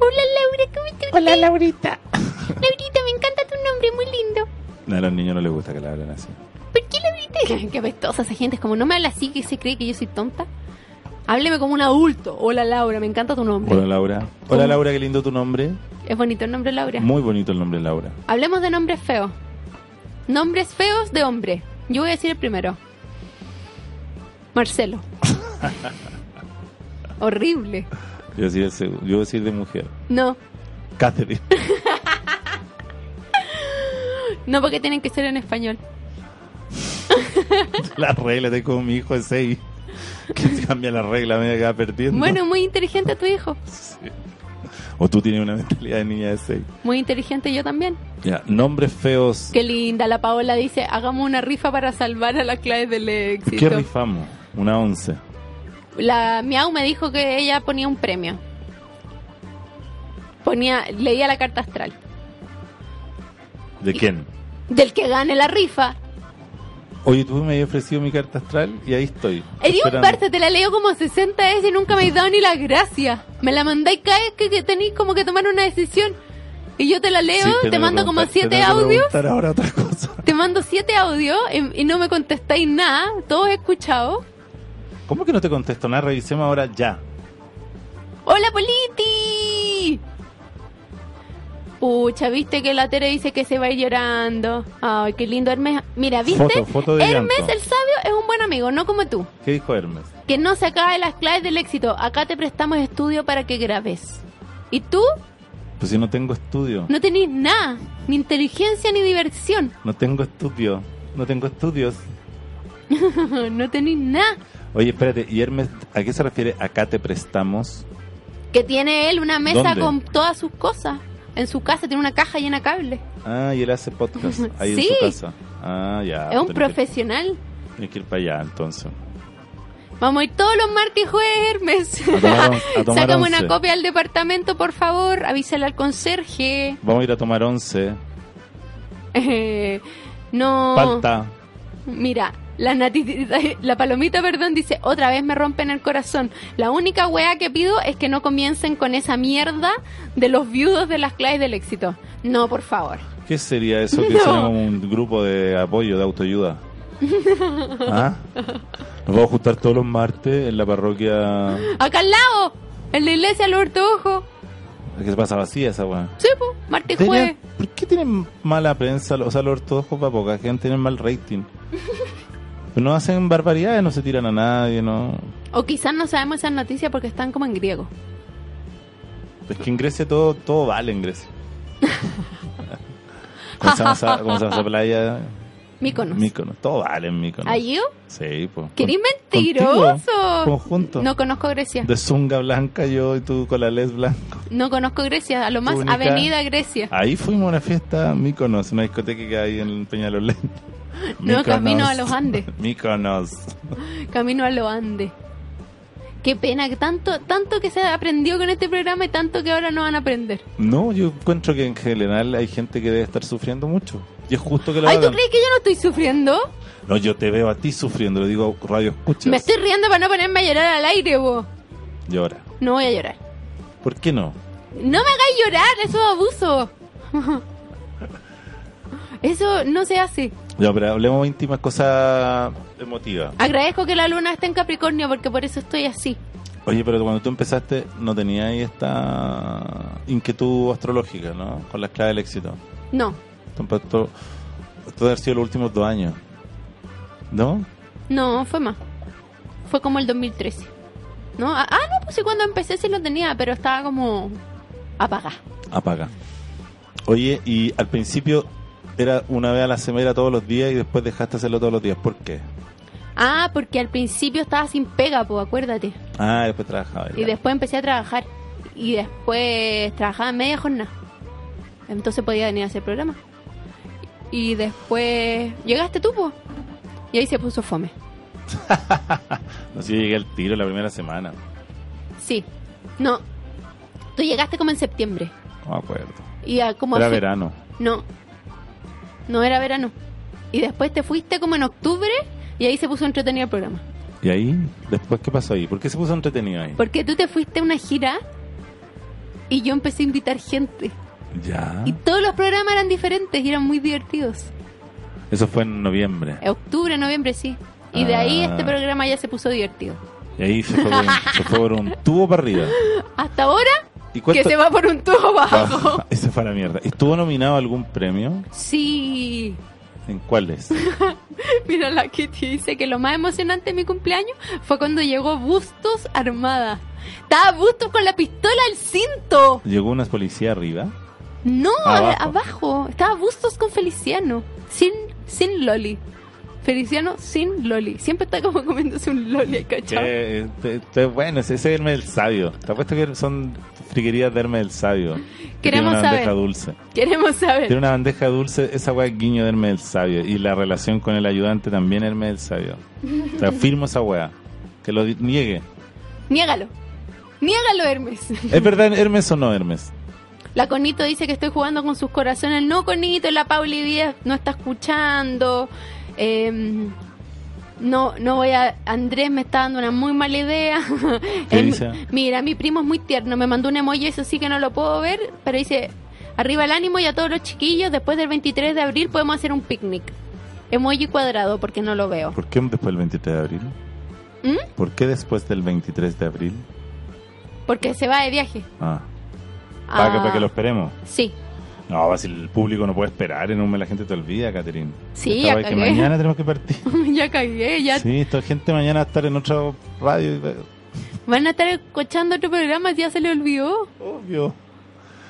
Speaker 1: Hola Laura, ¿cómo estás?
Speaker 3: Hola, Laurita.
Speaker 1: Laurita, me encanta tu nombre, muy lindo.
Speaker 3: No, a los niños no les gusta que la hablen así.
Speaker 1: ¿Por qué Laurita? Qué apestosa esa gente. Es como no me habla así que se cree que yo soy tonta. Hábleme como un adulto. Hola Laura, me encanta tu nombre.
Speaker 3: Hola Laura. Hola Laura, qué lindo tu nombre.
Speaker 1: Es bonito el nombre Laura.
Speaker 3: Muy bonito el nombre Laura.
Speaker 1: Hablemos de nombres feos. Nombres feos de hombre. Yo voy a decir el primero. Marcelo. Horrible.
Speaker 3: Yo decir, el seg- yo decir de mujer.
Speaker 1: No,
Speaker 3: Catherine.
Speaker 1: no porque tienen que ser en español.
Speaker 3: la regla, tengo como mi hijo de 6. Que se cambia la regla, me acaba perdiendo.
Speaker 1: Bueno, muy inteligente tu hijo.
Speaker 3: O tú tienes una mentalidad de niña de 6.
Speaker 1: Muy inteligente yo también.
Speaker 3: Ya, nombres feos.
Speaker 1: Qué linda. La Paola dice, hagamos una rifa para salvar a las claves del
Speaker 3: ¿Qué,
Speaker 1: éxito.
Speaker 3: rifamos? Una 11.
Speaker 1: La Miau me dijo que ella ponía un premio. Ponía, leía la carta astral.
Speaker 3: ¿De quién?
Speaker 1: Del que gane la rifa.
Speaker 3: Oye, tú me habías ofrecido mi carta astral y ahí estoy.
Speaker 1: Eres un
Speaker 3: esperando.
Speaker 1: parte, Eh, te la leo como 60 veces y nunca me has dado ni las gracias. Me la mandáis cada vez que, que tenéis como que tomar una decisión. Y yo te la leo,
Speaker 3: Sí, tengo
Speaker 1: te
Speaker 3: que
Speaker 1: mando como
Speaker 3: preguntar-
Speaker 1: 7
Speaker 3: te tengo que
Speaker 1: audios,
Speaker 3: preguntar ahora otra cosa.
Speaker 1: te mando 7 audios y, y no me contestáis nada, todos escuchados.
Speaker 3: ¿Cómo que no te contesto nada? Revisemos ahora ya.
Speaker 1: ¡Hola, Politi! Pucha, viste que la Tere dice que se va a ir llorando. Ay, qué lindo Hermes. Mira, ¿viste?
Speaker 3: Foto, foto de
Speaker 1: Hermes,
Speaker 3: llanto.
Speaker 1: el sabio, es un buen amigo, no como tú.
Speaker 3: ¿Qué dijo Hermes?
Speaker 1: Que no se acabe las claves del éxito. Acá te prestamos estudio para que grabes. Y tú
Speaker 3: Pues si no tengo estudio.
Speaker 1: no tenés nada, ni inteligencia ni diversión.
Speaker 3: No tengo estudio. No tengo estudios.
Speaker 1: no tenés nada.
Speaker 3: Oye, espérate. ¿Y Hermes a qué se refiere? Acá te prestamos.
Speaker 1: Que tiene él una mesa
Speaker 3: ¿Dónde?
Speaker 1: con todas sus cosas. En su casa tiene una caja llena de cables.
Speaker 3: Ah, y él hace podcast ahí
Speaker 1: Sí.
Speaker 3: en su casa. Ah, ya.
Speaker 1: es un
Speaker 3: tenés
Speaker 1: profesional.
Speaker 3: Que, tenés que ir para allá, entonces.
Speaker 1: Vamos a ir todos los martes y jueves, Hermes.
Speaker 3: A tomar on- a tomar
Speaker 1: Sácame
Speaker 3: once.
Speaker 1: una copia al departamento, por favor. Avísale al conserje.
Speaker 3: Vamos a ir a tomar once.
Speaker 1: Eh, no.
Speaker 3: Palta.
Speaker 1: Mira, la, nati- la palomita, perdón, dice, otra vez me rompen el corazón. La única wea que pido es que no comiencen con esa mierda de los viudos de las claves del éxito. No, por favor.
Speaker 3: ¿Qué sería eso que
Speaker 1: No.
Speaker 3: sería como un grupo de apoyo, de autoayuda? ¿Ah? Nos vamos a juntar todos los martes en la parroquia.
Speaker 1: Acá al lado, en la iglesia Alberto Ojo.
Speaker 3: ¿Qué se pasa vacía esa weá?
Speaker 1: Sí, po, martes y jueves.
Speaker 3: Tenía- ¿Por qué tienen mala prensa? O sea, los ortodoxos para poca gente tienen mal rating. Pero no hacen barbaridades, no se tiran a nadie, no.
Speaker 1: O quizás no sabemos esas noticias porque están como en griego.
Speaker 3: Es que en Grecia todo, todo vale en Grecia. ¿Cómo se llama esa, cómo se llama esa playa?
Speaker 1: Míconos.
Speaker 3: Míconos. Todo vale en Míconos.
Speaker 1: ¿Ayú?
Speaker 3: Sí, pues.
Speaker 1: ¡Qué
Speaker 3: Contigo,
Speaker 1: mentiroso!
Speaker 3: conjunto.
Speaker 1: No conozco Grecia.
Speaker 3: De zunga blanca yo y tú con la les blanco.
Speaker 1: No conozco Grecia. A lo más,
Speaker 3: Túnica.
Speaker 1: Avenida Grecia.
Speaker 3: Ahí fuimos a una fiesta Míconos, una discoteca que hay en Peñalolén.
Speaker 1: No,
Speaker 3: Míconos.
Speaker 1: camino a los Andes.
Speaker 3: Míconos.
Speaker 1: Camino a los Andes. Qué pena, que tanto, tanto que se aprendió con este programa y tanto que ahora no van a aprender.
Speaker 3: No, yo encuentro que en general hay gente que debe estar sufriendo mucho. Y es justo que lo
Speaker 1: Ay, ¿tú
Speaker 3: hagan.
Speaker 1: crees que yo no estoy sufriendo?
Speaker 3: No, yo te veo a ti sufriendo, lo digo radio escuchas.
Speaker 1: Me estoy riendo para no ponerme a llorar al aire, vos.
Speaker 3: Llora.
Speaker 1: No voy a llorar.
Speaker 3: ¿Por qué no?
Speaker 1: No me hagáis llorar, eso es abuso. Eso no se hace.
Speaker 3: Ya, pero hablemos de íntimas cosas emotivas.
Speaker 1: Agradezco que la luna esté en Capricornio porque por eso estoy así.
Speaker 3: Oye, pero cuando tú empezaste no tenías ahí esta inquietud astrológica, ¿no? Con las claves del éxito.
Speaker 1: No,
Speaker 3: Esto empezó- esto debe haber sido los últimos dos años. ¿No?
Speaker 1: no, fue más. Fue como el 2013. ¿No? Ah, ah, no, pues sí, cuando empecé sí lo tenía, pero estaba como apagada.
Speaker 3: Apaga. Oye, y al principio era una vez a la semana todos los días y después dejaste hacerlo todos los días. ¿Por qué?
Speaker 1: Ah, porque al principio estaba sin pega, pues acuérdate.
Speaker 3: Ah, después trabajaba.
Speaker 1: Y después empecé a trabajar. Y después trabajaba media jornada. Entonces podía venir a hacer programa. Y después llegaste tú, pues. Y ahí se puso fome.
Speaker 3: No sé, yo llegué al tiro la primera semana.
Speaker 1: Sí. No. Tú llegaste como en septiembre.
Speaker 3: No me acuerdo.
Speaker 1: Y a- como
Speaker 3: Era
Speaker 1: a-
Speaker 3: verano.
Speaker 1: No. No era verano. Y después te fuiste como en octubre y ahí se puso entretenido el programa.
Speaker 3: ¿Y ahí? ¿Después qué pasó ahí? ¿Por qué se puso entretenido ahí?
Speaker 1: Porque tú te fuiste a una gira y yo empecé a invitar gente.
Speaker 3: Ya.
Speaker 1: Y todos los programas eran diferentes y eran muy divertidos.
Speaker 3: Eso fue en noviembre.
Speaker 1: Octubre, noviembre, sí. Y de ahí
Speaker 3: Ah.
Speaker 1: este programa ya se puso divertido.
Speaker 3: Y ahí se fue por un, se fue por un tubo para arriba.
Speaker 1: Hasta ahora,
Speaker 3: ¿Y
Speaker 1: que
Speaker 3: cuánto- Ah.
Speaker 1: se va por un tubo bajo.
Speaker 3: Ese fue a la mierda. ¿Estuvo nominado a algún premio?
Speaker 1: Sí.
Speaker 3: ¿En cuáles?
Speaker 1: Mira, la Kitty dice que lo más emocionante de mi cumpleaños fue cuando llegó Bustos armada. Estaba Bustos con la pistola al cinto.
Speaker 3: ¿Llegó una policía arriba?
Speaker 1: No,
Speaker 3: Abajo.
Speaker 1: a- abajo. Estaba Bustos con Feliciano. Sin, sin Loli. Feliciano sin Loli. Siempre está como comiéndose un Loli, ¿cachao?
Speaker 3: Que, eh, te- te- bueno, ese ese es Hermes el Sabio. Te apuesto que son friquerías de Hermes el Sabio. Que tiene
Speaker 1: Queremos
Speaker 3: una
Speaker 1: saber.
Speaker 3: bandeja dulce.
Speaker 1: Queremos saber.
Speaker 3: Tiene una bandeja dulce, esa weá es guiño de Hermes el Sabio. Y la relación con el ayudante también Hermes el Sabio. Te afirmo esa weá. Que lo di- niegue.
Speaker 1: Niégalo. Niégalo, Hermes.
Speaker 3: ¿Es verdad Hermes o no Hermes?
Speaker 1: La Conito dice que estoy jugando con sus corazones. No, Conito, la Pauli Díaz no está escuchando. Em, no, no voy a. Andrés me está dando una muy mala idea.
Speaker 3: ¿Qué
Speaker 1: Em,
Speaker 3: dice?
Speaker 1: Mira, mi primo es muy tierno. Me mandó un emoji, eso sí que no lo puedo ver. Pero dice: Arriba el ánimo y a todos los chiquillos. Después del 23 de abril podemos hacer un picnic. Emoji cuadrado, porque no lo veo.
Speaker 3: ¿Por qué después del 23 de abril?
Speaker 1: ¿Mm?
Speaker 3: ¿Por qué después del 23 de abril?
Speaker 1: Porque se va de viaje.
Speaker 3: Ah, para, que,
Speaker 1: Ah,
Speaker 3: para que lo esperemos.
Speaker 1: Sí.
Speaker 3: No, si el público no puede esperar, en un mes la gente te olvida, Catherine.
Speaker 1: Sí,
Speaker 3: Esta weá
Speaker 1: ya
Speaker 3: que
Speaker 1: cagué.
Speaker 3: mañana tenemos que partir.
Speaker 1: ya cagué, ya
Speaker 3: Sí, esta gente mañana va a estar en otra radio. y-
Speaker 1: Van a estar escuchando otro programa, ya se le olvidó.
Speaker 3: Obvio.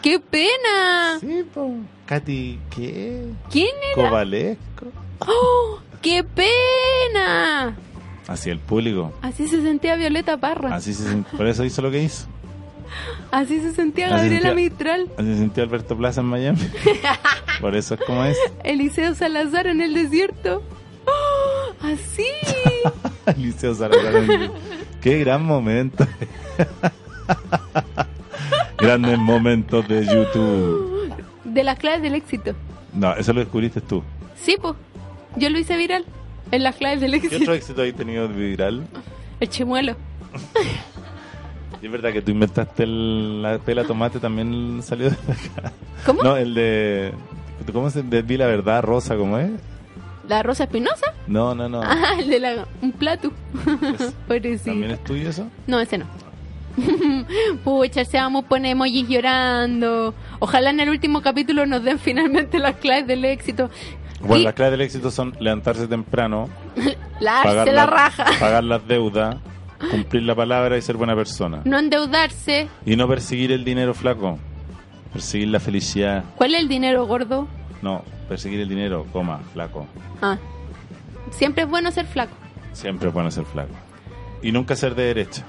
Speaker 1: ¡Qué pena!
Speaker 3: Sí, po. Katy, ¿qué?
Speaker 1: ¿Quién era?
Speaker 3: Covalesco.
Speaker 1: ¡Oh! ¡Qué pena!
Speaker 3: Así el público.
Speaker 1: Así se sentía Violeta Parra. Así,
Speaker 3: Así se sent- Por eso hizo lo que hizo.
Speaker 1: se sentía
Speaker 3: Así
Speaker 1: Gabriela
Speaker 3: sentía-
Speaker 1: Mistral,
Speaker 3: Así se sintió Alberto Plaza en Miami. Por eso es como es.
Speaker 1: Eliseo Salazar en el desierto. ¡Oh! ¡Así!
Speaker 3: Liceo Salazar. Qué gran momento. Grandes momentos de YouTube.
Speaker 1: De las claves del éxito.
Speaker 3: No, eso lo descubriste tú.
Speaker 1: Sí, pues. Yo lo hice viral. En las claves del
Speaker 3: ¿Qué
Speaker 1: éxito.
Speaker 3: otro éxito has tenido viral?
Speaker 1: El chimuelo.
Speaker 3: Y Es verdad que tú inventaste el, la pela tomate, también salió de acá.
Speaker 1: ¿Cómo?
Speaker 3: No, el de. ¿Cómo se de Di la verdad, Rosa? ¿Cómo es?
Speaker 1: ¿La Rosa Espinosa?
Speaker 3: No, no, no.
Speaker 1: Ah, el de la... Un plato.
Speaker 3: ¿También
Speaker 1: Pobrecito.
Speaker 3: es tuyo eso?
Speaker 1: No, ese no. Pucha, se vamos poner emojis llorando. Ojalá en el último capítulo nos den finalmente las claves del éxito.
Speaker 3: Bueno,
Speaker 1: Y
Speaker 3: las claves del éxito son levantarse temprano,
Speaker 1: larse la raja.
Speaker 3: pagar las deudas, cumplir la palabra y ser buena persona.
Speaker 1: No endeudarse.
Speaker 3: Y no perseguir el dinero flaco. Perseguir la felicidad.
Speaker 1: ¿Cuál es el dinero gordo?
Speaker 3: No, perseguir el dinero, coma, flaco.
Speaker 1: Ah. Siempre es bueno ser flaco.
Speaker 3: Siempre es bueno ser flaco. Y nunca ser de derecha.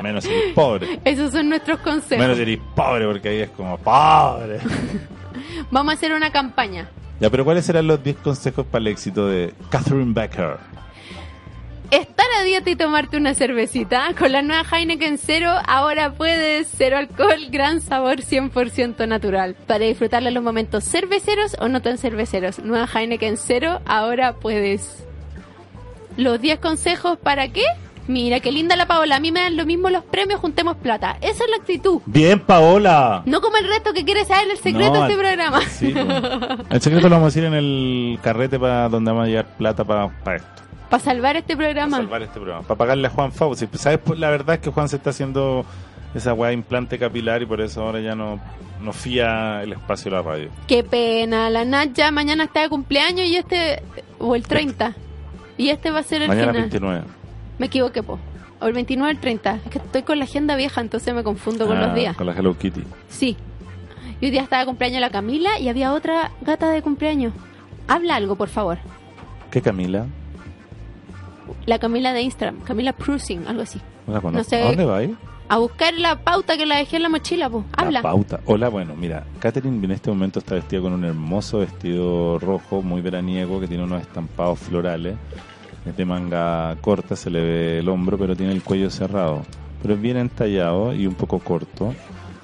Speaker 3: Menos si eres pobre.
Speaker 1: Esos son nuestros consejos.
Speaker 3: Menos si eres pobre, porque ahí es como pobre.
Speaker 1: Vamos a hacer una campaña.
Speaker 3: Ya, pero ¿cuáles serán los 10 consejos para el éxito de Catherine Becker?
Speaker 1: Estar a dieta y tomarte una cervecita ¿ah? con la nueva Heineken Cero, ahora puedes cero alcohol, gran sabor 100% natural. Para disfrutar de los momentos cerveceros o no tan cerveceros, nueva Heineken Cero, ahora puedes. Los 10 consejos para qué? Mira, qué linda la Paola, a mí me dan lo mismo los premios, juntemos plata. Esa es la actitud.
Speaker 3: ¡Bien, Paola!
Speaker 1: No como el resto que quiere saber el secreto
Speaker 3: No,
Speaker 1: de este
Speaker 3: al-
Speaker 1: programa.
Speaker 3: Sí, pues. El secreto lo vamos a decir en el carrete para donde vamos a llevar plata para, para esto.
Speaker 1: Para salvar este
Speaker 3: Para
Speaker 1: programa.
Speaker 3: salvar este programa. Para pagarle a Juan Fau. Si, ¿Sabes? Pues, La verdad es que Juan se está haciendo esa weá de implante capilar y por eso ahora ya no, no fía el espacio de la radio.
Speaker 1: Qué pena, la Nacha mañana está de cumpleaños y este, o el 30. Y este va a ser el
Speaker 3: Mañana
Speaker 1: final.
Speaker 3: 29.
Speaker 1: Me equivoqué, po. O el 29 o el 30. Es que estoy con la agenda vieja, entonces me confundo con
Speaker 3: Ah,
Speaker 1: los días.
Speaker 3: Con la Hello Kitty.
Speaker 1: Sí. Y hoy día estaba de cumpleaños la Camila y había otra gata de cumpleaños. Habla algo, por favor.
Speaker 3: ¿Qué Camila?
Speaker 1: La Camila de Instagram, Camila Prusing, algo así.
Speaker 3: No la conozco.
Speaker 1: No sé.
Speaker 3: ¿A dónde va ahí?
Speaker 1: A buscar la pauta que la dejé en la mochila, po.
Speaker 3: La
Speaker 1: Habla.
Speaker 3: pauta. Hola, bueno, mira, Catherine en este momento está vestida con un hermoso vestido rojo, muy veraniego, que tiene unos estampados florales. Es de manga corta, se le ve el hombro, pero tiene el cuello cerrado. Pero es bien entallado y un poco corto.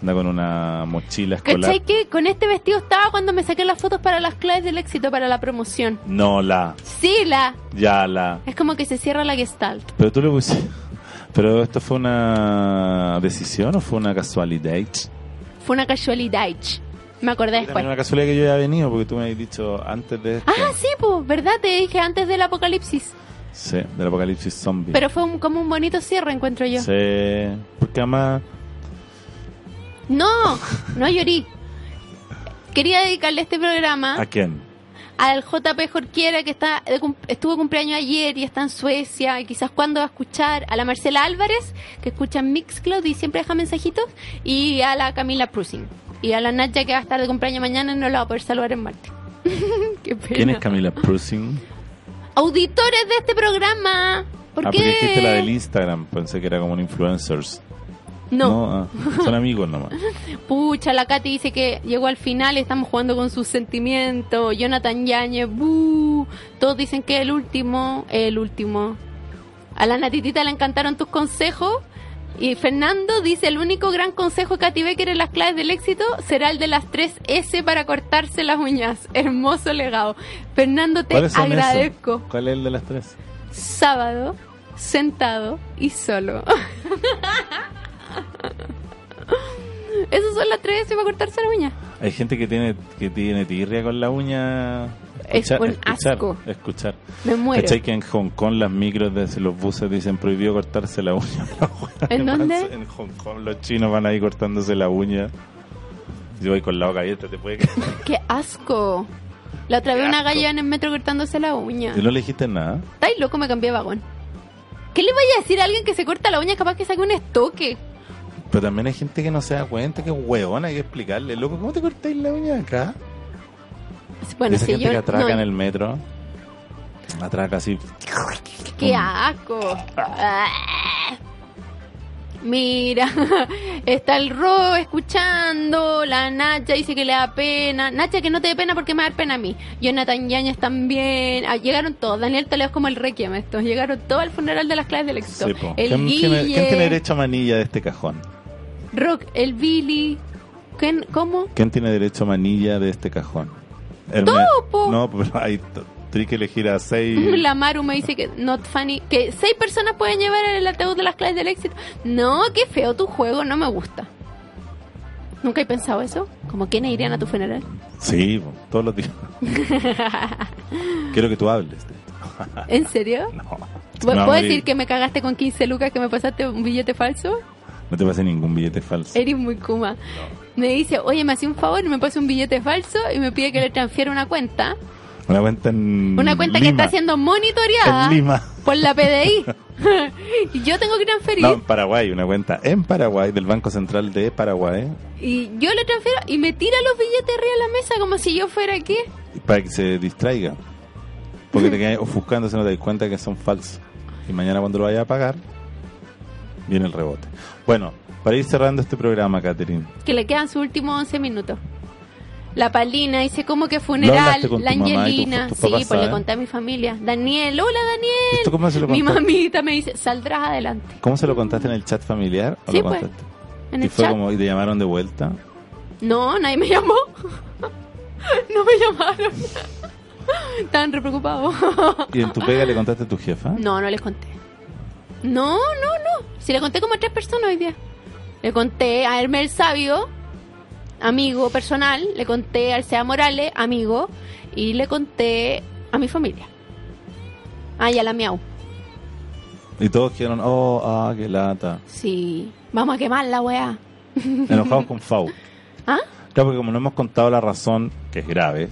Speaker 3: Anda con una mochila escolar.
Speaker 1: ¿Cachai que con este vestido estaba cuando me saqué las fotos para las claves del éxito, para la promoción?
Speaker 3: No, la,
Speaker 1: Sí, la.
Speaker 3: ya la.
Speaker 1: Es como que se cierra la gestalt.
Speaker 3: Pero tú le pusiste. Pero esto fue una decisión o fue una casualidad?
Speaker 1: Fue una casualidad. Me acordé
Speaker 3: También
Speaker 1: después.
Speaker 3: una casualidad que yo ya he venido porque tú me habías dicho antes de esto.
Speaker 1: Ah, sí, pues, ¿verdad? Te dije antes del apocalipsis.
Speaker 3: Sí, del apocalipsis zombie.
Speaker 1: Pero fue un- como un bonito cierre, encuentro yo.
Speaker 3: Sí, porque además...
Speaker 1: No, no llorí. Quería dedicarle este programa
Speaker 3: ¿A quién?
Speaker 1: al JP Jorquiera que está de cum- estuvo de cumpleaños ayer y está en Suecia y quizás cuando va a escuchar a la Marcela Álvarez que escucha Mixcloud y siempre deja mensajitos y a la Camila Prusing y a la Nacha que va a estar de cumpleaños mañana y no la va a poder saludar en Marte. Qué pena.
Speaker 3: ¿Quién es Camila Prusing?
Speaker 1: Auditores de este programa. ¿Por
Speaker 3: ah,
Speaker 1: qué?
Speaker 3: porque dijiste la del Instagram, pensé que era como un influencers.
Speaker 1: no.
Speaker 3: ah, son amigos nomás.
Speaker 1: Pucha, la Katy dice que llegó al final, estamos jugando con sus sentimientos. Jonathan Yañez, buh. Todos dicen que el último, el último. A la Natitita le encantaron tus consejos. Y Fernando dice, el único gran consejo que Katy Becker en las claves del éxito será el de las 3 S para cortarse las uñas. Hermoso legado. Fernando, te
Speaker 3: ¿Cuáles son esos?
Speaker 1: agradezco.
Speaker 3: ¿Cuál es el de las tres?
Speaker 1: Sábado, sentado y solo. Esas son las tres, se va a cortarse la uña.
Speaker 3: Hay gente que tiene que tiene tirria con la uña.
Speaker 1: Es un
Speaker 3: escuchar,
Speaker 1: asco.
Speaker 3: Escuchar.
Speaker 1: Me muero.
Speaker 3: ¿Cachai que en Hong Kong las micros de los buses dicen prohibido cortarse la uña?
Speaker 1: ¿En dónde?
Speaker 3: En Hong Kong los chinos van ahí cortándose la uña. Yo voy con la boca abierta, te puede caer.
Speaker 1: ¡Qué asco! La otra vez una galla en el metro cortándose la uña.
Speaker 3: ¿Y no le dijiste nada?
Speaker 1: Estáis loco, me cambié de vagón. ¿Qué le vaya a decir a alguien que se corta la uña capaz que saque un estoque?
Speaker 3: Pero también hay gente que no se da cuenta, que huevón, hay que explicarle. Loco, ¿cómo te cortáis la uña acá?
Speaker 1: Bueno,
Speaker 3: Esa
Speaker 1: si
Speaker 3: gente
Speaker 1: yo...
Speaker 3: que atraca
Speaker 1: no,
Speaker 3: en el metro. Atraca así. Mm.
Speaker 1: ¡Qué asco! Ah. Mira, está el Ro escuchando, la Nacha dice que le da pena. Nacha, que no te dé pena porque me da pena a mí. Jonathan Yañez también. Ah, llegaron todos, Daniel Toledo es como el requiem estos. Llegaron todos al funeral de las clases del éxito.
Speaker 3: Sí, po.
Speaker 1: el
Speaker 3: ¿Quién, quién-
Speaker 1: Guille,
Speaker 3: quién tiene derecho a manilla de este cajón?
Speaker 1: Rock, el Billy. ¿Quién- ¿Cómo?
Speaker 3: ¿Quién tiene derecho a manilla de este cajón? Herme-
Speaker 1: Todo, po.
Speaker 3: No, pero hay t- tri que elegir a seis.
Speaker 1: La Maru me dice que not funny, que seis personas pueden llevar el ataúd de las clases del éxito. No, qué feo tu juego, no me gusta. ¿Nunca he pensado eso? ¿Como quiénes irían a tu funeral?
Speaker 3: Sí, po, todos los días. Quiero que tú hables. de esto.
Speaker 1: ¿En serio?
Speaker 3: Ah, No.
Speaker 1: ¿Puedo,
Speaker 3: No,
Speaker 1: puedo
Speaker 3: morí.
Speaker 1: decir que me cagaste con 15 lucas, que me pasaste un billete falso?
Speaker 3: No te pase ningún billete falso.
Speaker 1: Eres muy kuma. Me dice, oye, me hacía un favor, me pasa un billete falso y me pide que le transfiera una cuenta.
Speaker 3: Una cuenta en.
Speaker 1: Una cuenta que
Speaker 3: Lima.
Speaker 1: está siendo monitoreada
Speaker 3: En Lima.
Speaker 1: por la PDI. y yo tengo que transferir.
Speaker 3: No, en Paraguay, una cuenta en Paraguay, del Banco Central de Paraguay,
Speaker 1: Y yo le transfiero y me tira los billetes arriba de la mesa como si yo fuera qué.
Speaker 3: para que se distraiga. Porque te quedas ofuscando si no te das cuenta que son falsos. Y mañana cuando lo vayas a pagar, viene el rebote. Bueno, para ir cerrando este programa, Catherine.
Speaker 1: Que le quedan sus últimos 11 minutos. La Palina dice como que
Speaker 3: ¿Lo
Speaker 1: funeral.
Speaker 3: hablaste con
Speaker 1: la
Speaker 3: tu mamá y
Speaker 1: Angelina.
Speaker 3: tus- tus papás
Speaker 1: sí, pues le
Speaker 3: saben?
Speaker 1: conté a mi familia. Daniel, hola Daniel.
Speaker 3: ¿Esto cómo se lo
Speaker 1: Mi
Speaker 3: contaste?
Speaker 1: mamita me dice, saldrás adelante.
Speaker 3: ¿Cómo se lo contaste en el chat familiar? ¿O
Speaker 1: Sí,
Speaker 3: lo
Speaker 1: pues,
Speaker 3: contaste?
Speaker 1: En
Speaker 3: y
Speaker 1: el
Speaker 3: fue
Speaker 1: chat.
Speaker 3: como, y te llamaron de vuelta.
Speaker 1: No, nadie me llamó. no me llamaron. Estaban re preocupados.
Speaker 3: ¿Y en tu pega le contaste a tu jefa?
Speaker 1: No, no les conté. No, no, no. Si le conté como a tres personas hoy día. Le conté a Hermel Sabio, amigo personal. Le conté a Alcea Morales, amigo. Y le conté a mi familia. Ah, y a la miau.
Speaker 3: Y todos dijeron, oh, ah, qué lata.
Speaker 1: Sí. Vamos a quemar la weá.
Speaker 3: Enojados con Fau.
Speaker 1: ¿Ah?
Speaker 3: Claro, porque como no hemos contado la razón, que es grave,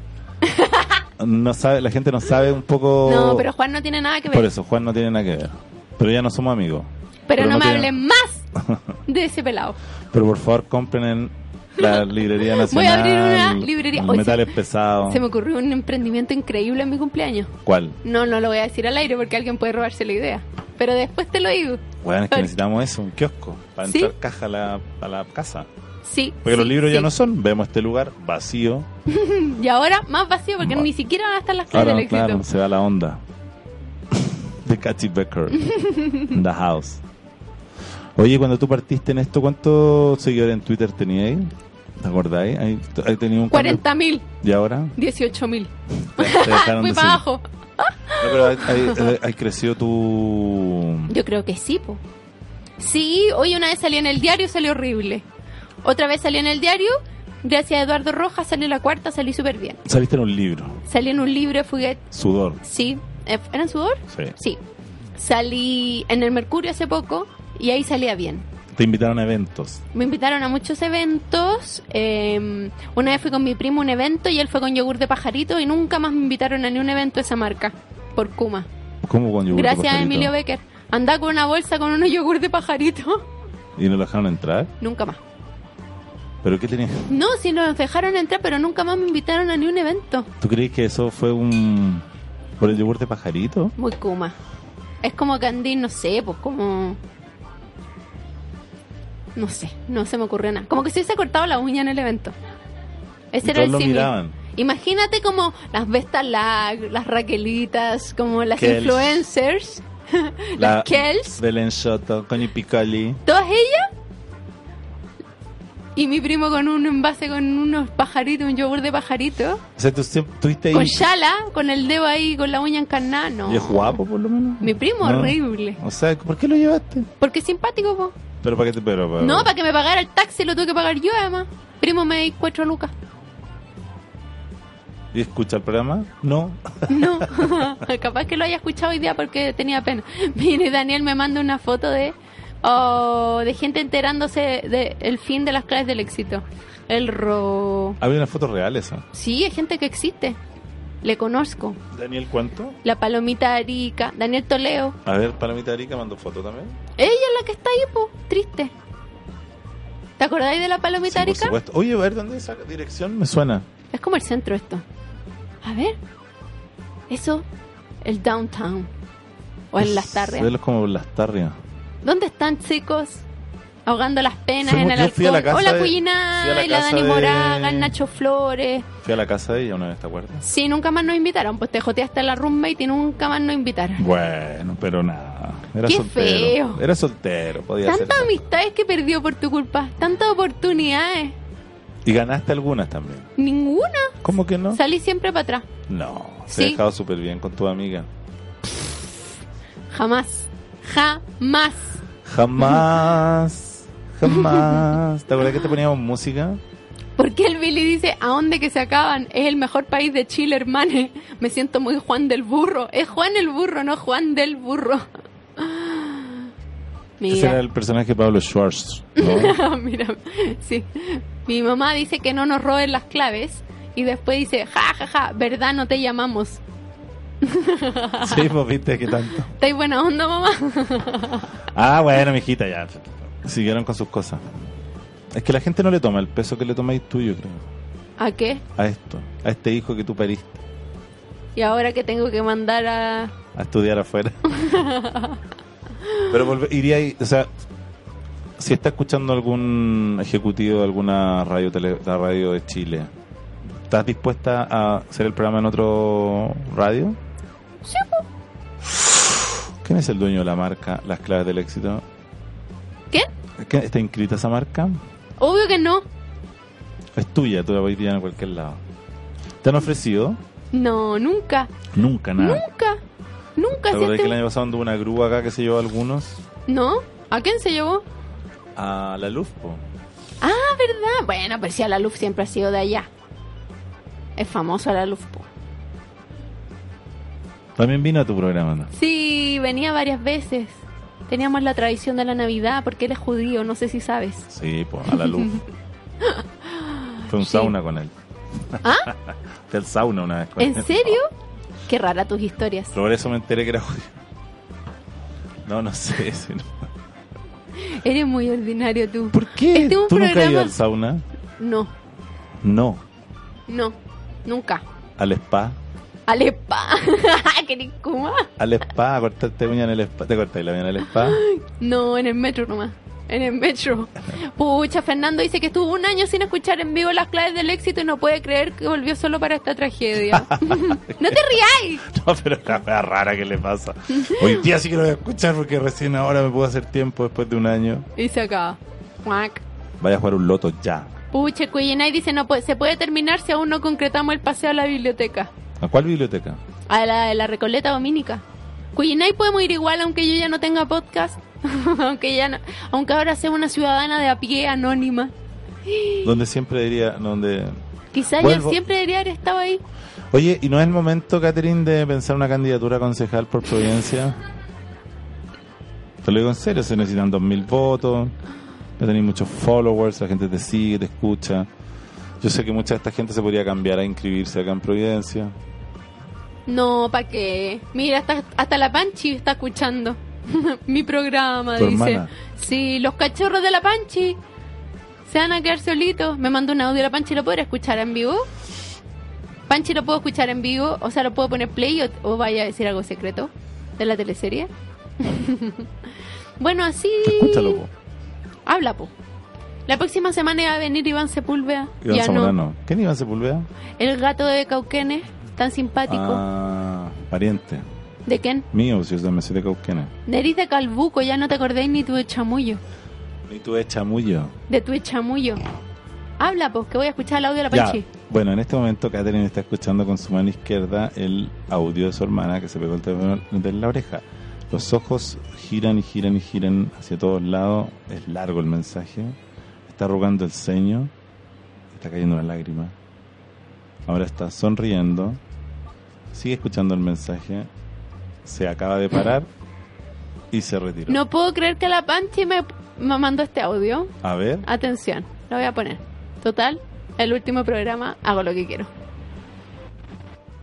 Speaker 3: no sabe, la gente no sabe un poco...
Speaker 1: No, pero Juan no tiene nada que ver.
Speaker 3: Oh. Por eso, Juan no tiene nada que ver. Pero ya no somos amigos.
Speaker 1: pero, no, me
Speaker 3: tiene-
Speaker 1: hablen más de ese pelado.
Speaker 3: Pero por favor, compren en la librería nacional.
Speaker 1: abrir una librería. Oye,
Speaker 3: Metales pesados.
Speaker 1: Se me ocurrió un emprendimiento increíble en mi cumpleaños.
Speaker 3: ¿Cuál?
Speaker 1: No, no lo voy a decir al aire porque alguien puede robarse la idea. Pero después te lo digo.
Speaker 3: Bueno, es que necesitamos eso, un kiosco, para
Speaker 1: ¿Sí?
Speaker 3: entrar caja a la, a la casa.
Speaker 1: Sí.
Speaker 3: Porque los
Speaker 1: sí,
Speaker 3: libros ya
Speaker 1: sí.
Speaker 3: no son. Vemos este lugar vacío.
Speaker 1: Y ahora más vacío porque
Speaker 3: Ma-
Speaker 1: ni siquiera van a estar las clases
Speaker 3: Ahora,
Speaker 1: del éxito.
Speaker 3: claro, se va la onda. De Katy Becker. In the house. Oye, cuando tú partiste en esto, ¿cuántos seguidores en Twitter teníais? ¿Te acordáis? Ahí, ahí tenía un cambio.
Speaker 1: 40.000,
Speaker 3: ¿Y ahora?
Speaker 1: 18.000.
Speaker 3: Te- te dejaron
Speaker 1: Fui para
Speaker 3: de seguir.
Speaker 1: abajo.
Speaker 3: No, pero hay, hay- hay- hay crecido tu...
Speaker 1: Yo creo que sí, po. Sí, hoy una vez salí en el diario, salió horrible. Otra vez salí en el diario, gracias a Eduardo Rojas salió la cuarta, salí súper bien.
Speaker 3: Saliste en un libro,
Speaker 1: Salí en un libro de Fuguet,
Speaker 3: Sudor.
Speaker 1: sí. eh, ¿Era en sudor?
Speaker 3: Sí.
Speaker 1: Sí. Salí en el Mercurio hace poco y ahí salía bien.
Speaker 3: Te invitaron a eventos.
Speaker 1: Me invitaron a muchos eventos. eh, una vez fui con mi primo a un evento y él fue con yogur de pajarito y nunca más me invitaron a ni un evento de esa marca por Kuma.
Speaker 3: ¿Cómo con yogur de
Speaker 1: Gracias a
Speaker 3: pajarito?
Speaker 1: Emilio Becker. Andaba con una bolsa con unos yogur de pajarito.
Speaker 3: ¿Y no lo dejaron entrar?
Speaker 1: Nunca más.
Speaker 3: ¿Pero qué tenía?
Speaker 1: No, sí nos dejaron entrar, pero nunca más me invitaron a ni un evento.
Speaker 3: ¿Tú crees que eso fue un... por el yogur de pajarito?
Speaker 1: Muy Kuma. Es como Candy, no sé, pues como. No sé, no se me ocurrió nada. Como que se hubiese cortado la uña en el evento. Ese
Speaker 3: Y
Speaker 1: era
Speaker 3: todos
Speaker 1: el
Speaker 3: lo
Speaker 1: símil.
Speaker 3: miraban.
Speaker 1: Imagínate como las Vestas Lag, las Raquelitas, como las
Speaker 3: Kels.
Speaker 1: influencers, las Kells,
Speaker 3: Belén Soto, Connie Piccoli.
Speaker 1: todas ellas. Y mi primo con un envase con unos pajaritos, un yogur de pajarito.
Speaker 3: O sea, tú siempre estuviste
Speaker 1: Con
Speaker 3: ahí...
Speaker 1: Shala, con el dedo ahí, con la uña encarnada. No.
Speaker 3: Y es guapo, por lo menos.
Speaker 1: Mi primo,
Speaker 3: No.
Speaker 1: horrible.
Speaker 3: O sea, ¿por qué lo llevaste?
Speaker 1: Porque es simpático, po.
Speaker 3: ¿Pero para qué te... Pero, pero-
Speaker 1: No, para que me pagara el taxi lo tuve que pagar yo, además. Primo, me di cuatro lucas.
Speaker 3: ¿Y escucha el programa? No.
Speaker 1: No, capaz que lo haya escuchado hoy día porque tenía pena. Mire, Daniel me manda una foto de oh, de gente enterándose del fin de las claves del éxito. El ro...
Speaker 3: Había una foto real esa.
Speaker 1: Sí, hay gente que existe. Le conozco.
Speaker 3: ¿Daniel cuánto?
Speaker 1: La palomita Arica, Daniel Toleo.
Speaker 3: A ver, Palomita Arica mandó foto también.
Speaker 1: Ella es la que está ahí, po, triste. ¿Te acordáis de la
Speaker 3: Sí,
Speaker 1: palomita
Speaker 3: por
Speaker 1: Arica?
Speaker 3: supuesto. Oye, a ver, ¿dónde es esa dirección? Me suena.
Speaker 1: Es como el centro esto. A ver. Eso, el downtown. O en las tardes.
Speaker 3: Verlos como en las tardes.
Speaker 1: ¿Dónde están, chicos? Ahogando las penas
Speaker 3: Fuimos-
Speaker 1: en el
Speaker 3: yo fui a
Speaker 1: alcohol.
Speaker 3: la casa
Speaker 1: Hola,
Speaker 3: de- fui a
Speaker 1: Cuyina,
Speaker 3: la
Speaker 1: y la
Speaker 3: casa
Speaker 1: Dani
Speaker 3: de-
Speaker 1: Moragan, Nacho Flores.
Speaker 3: Fui a la casa de ella una vez, ¿te acuerdas?
Speaker 1: Sí, nunca más nos invitaron. Pues te joteaste a la rumba y te nunca más nos invitaron.
Speaker 3: Bueno, pero nada. Era
Speaker 1: Qué
Speaker 3: soltero.
Speaker 1: feo.
Speaker 3: Era soltero, podía ser.
Speaker 1: Tantas amistades que perdió por tu culpa. Tantas oportunidades.
Speaker 3: Y ganaste algunas también.
Speaker 1: Ninguna.
Speaker 3: ¿Cómo que no?
Speaker 1: Salí siempre para atrás.
Speaker 3: No, te
Speaker 1: Sí.
Speaker 3: he dejado súper bien con tu amiga.
Speaker 1: Jamás. Jamás.
Speaker 3: Jamás. Jamás. ¿Te acuerdas que te poníamos música?
Speaker 1: Porque el Billy dice, ¿a dónde que se acaban? Es el mejor país de Chile, hermane. Me siento muy Juan del Burro. Es Juan el Burro, no Juan del Burro.
Speaker 3: Ese era
Speaker 1: Mira,
Speaker 3: el personaje de Pablo Schwartz. ¿no?
Speaker 1: mira, sí. Mi mamá dice que no nos roben las claves y después dice, ja, ja, ja, verdad, no te llamamos.
Speaker 3: sí, pues viste que tanto.
Speaker 1: ¿Estáis buena onda, mamá?
Speaker 3: Ah, bueno, mijita, ya. Siguieron con sus cosas. Es que la gente no le toma el peso que le tomáis tú, yo creo.
Speaker 1: ¿A qué?
Speaker 3: A esto. A este hijo que tú pariste.
Speaker 1: Y ahora que tengo que mandar a...
Speaker 3: A estudiar afuera. Pero volve- iría ahí. O sea, si está escuchando algún ejecutivo de alguna radio, tele, de radio de Chile, ¿estás dispuesta a hacer el programa en otro radio? Sí, ¿Quién es el dueño de la marca Las Claves del Éxito?
Speaker 1: ¿Qué?
Speaker 3: ¿Qué- ¿Está inscrita esa marca?
Speaker 1: Obvio que no.
Speaker 3: Es tuya, tú la podés pillar en cualquier lado. ¿Te han ofrecido?
Speaker 1: No, nunca,
Speaker 3: Nunca, nada.
Speaker 1: nunca, nunca. si
Speaker 3: ¿Te acordás
Speaker 1: este-
Speaker 3: que el año pasado anduvo una grúa acá que se llevó a algunos?
Speaker 1: ¿No? ¿A quién se llevó?
Speaker 3: A la luz, po.
Speaker 1: Ah, ¿verdad? Bueno, pero sí, la luz siempre ha sido de allá. Es famoso pues. la luz.
Speaker 3: También vino a tu programa, ¿no?
Speaker 1: Sí, venía varias veces. Teníamos la tradición de la Navidad porque él es judío, no sé si sabes.
Speaker 3: Sí, po, a la luz. Fue un
Speaker 1: Sí.
Speaker 3: sauna con él.
Speaker 1: ¿Ah?
Speaker 3: Fue al sauna una vez con
Speaker 1: ¿En
Speaker 3: él.
Speaker 1: serio? Qué rara tus historias.
Speaker 3: Por eso me enteré que era judío. No, no sé. si no.
Speaker 1: Eres muy ordinario tú.
Speaker 3: ¿Por qué?
Speaker 1: Este es un
Speaker 3: ¿Tú nunca has ido
Speaker 1: programa-
Speaker 3: al sauna?
Speaker 1: No,
Speaker 3: No.
Speaker 1: no, nunca.
Speaker 3: Al spa.
Speaker 1: Alepa, qué nicuma.
Speaker 3: Al spa, a cortarte uña en el spa. ¿Te cortáis la uña en el spa?
Speaker 1: No, en el metro nomás. En el metro. Pucha, Fernando dice que estuvo un año sin escuchar en vivo las claves del éxito y no puede creer que volvió solo para esta tragedia. no te ríais.
Speaker 3: No, pero la wea rara que le pasa. Hoy día sí que lo voy a escuchar porque recién ahora me puedo hacer tiempo después de un año.
Speaker 1: Y se acaba. Cuac.
Speaker 3: Vaya a jugar un loto ya.
Speaker 1: Pucha, Cuyenay dice, no puede- se puede terminar si aún no concretamos el paseo a la biblioteca.
Speaker 3: ¿A cuál biblioteca?
Speaker 1: A la de la Recoleta Dominica. Cuyenay podemos ir igual aunque yo ya no tenga podcast. aunque ya no- aunque ahora sea una ciudadana de a pie anónima.
Speaker 3: Donde siempre diría, donde
Speaker 1: Quizás
Speaker 3: Vuelvo.
Speaker 1: yo siempre debería haber estado ahí.
Speaker 3: Oye, ¿y no es el momento, Catherine, de pensar una candidatura a concejal por Providencia? Te lo digo en serio, se necesitan 2.000 votos, ya tenéis muchos followers, la gente te sigue, te escucha. Yo sé que mucha de esta gente se podría cambiar a inscribirse acá en Providencia.
Speaker 1: No, ¿para qué? Mira, hasta, hasta la Panchi está escuchando mi programa,
Speaker 3: Tu
Speaker 1: dice.
Speaker 3: hermana.
Speaker 1: Sí, los cachorros de la Panchi se van a quedar solitos. Me mandó un audio la Panchi, ¿lo podrá escuchar en vivo? Panchi, ¿lo puedo escuchar en vivo? O sea, ¿lo puedo poner play o, o vaya a decir algo secreto de la teleserie? bueno, así...
Speaker 3: Escúchalo, po.
Speaker 1: Habla, po. La próxima semana va a venir Iván Sepúlveda.
Speaker 3: Iván
Speaker 1: ya no.
Speaker 3: Zamorano. ¿Quién Iván Sepulveda?
Speaker 1: El gato de Cauquenes, tan simpático.
Speaker 3: Ah, pariente.
Speaker 1: ¿De quién?
Speaker 3: Mío, si yo también soy de Cauquenes.
Speaker 1: Nariz de Calbuco, ya no te acordéis ni tu de chamullo.
Speaker 3: Y tú es chamullo.
Speaker 1: De tu de chamullo. Habla, pues, que voy a escuchar el audio de la
Speaker 3: Ya.
Speaker 1: Panchi.
Speaker 3: Bueno, en este momento Catherine está escuchando con su mano izquierda el audio de su hermana que se pegó el teléfono de la oreja. Los ojos giran y giran y giran hacia todos lados. Es largo el mensaje. Está arrugando el ceño. Está cayendo una lágrima. Ahora está sonriendo. Sigue escuchando el mensaje. Se acaba de parar y se retiró.
Speaker 1: No puedo creer que la Panchi me, me mandó este audio.
Speaker 3: A ver.
Speaker 1: Atención, lo voy a poner. Total, el último programa, hago lo que quiero.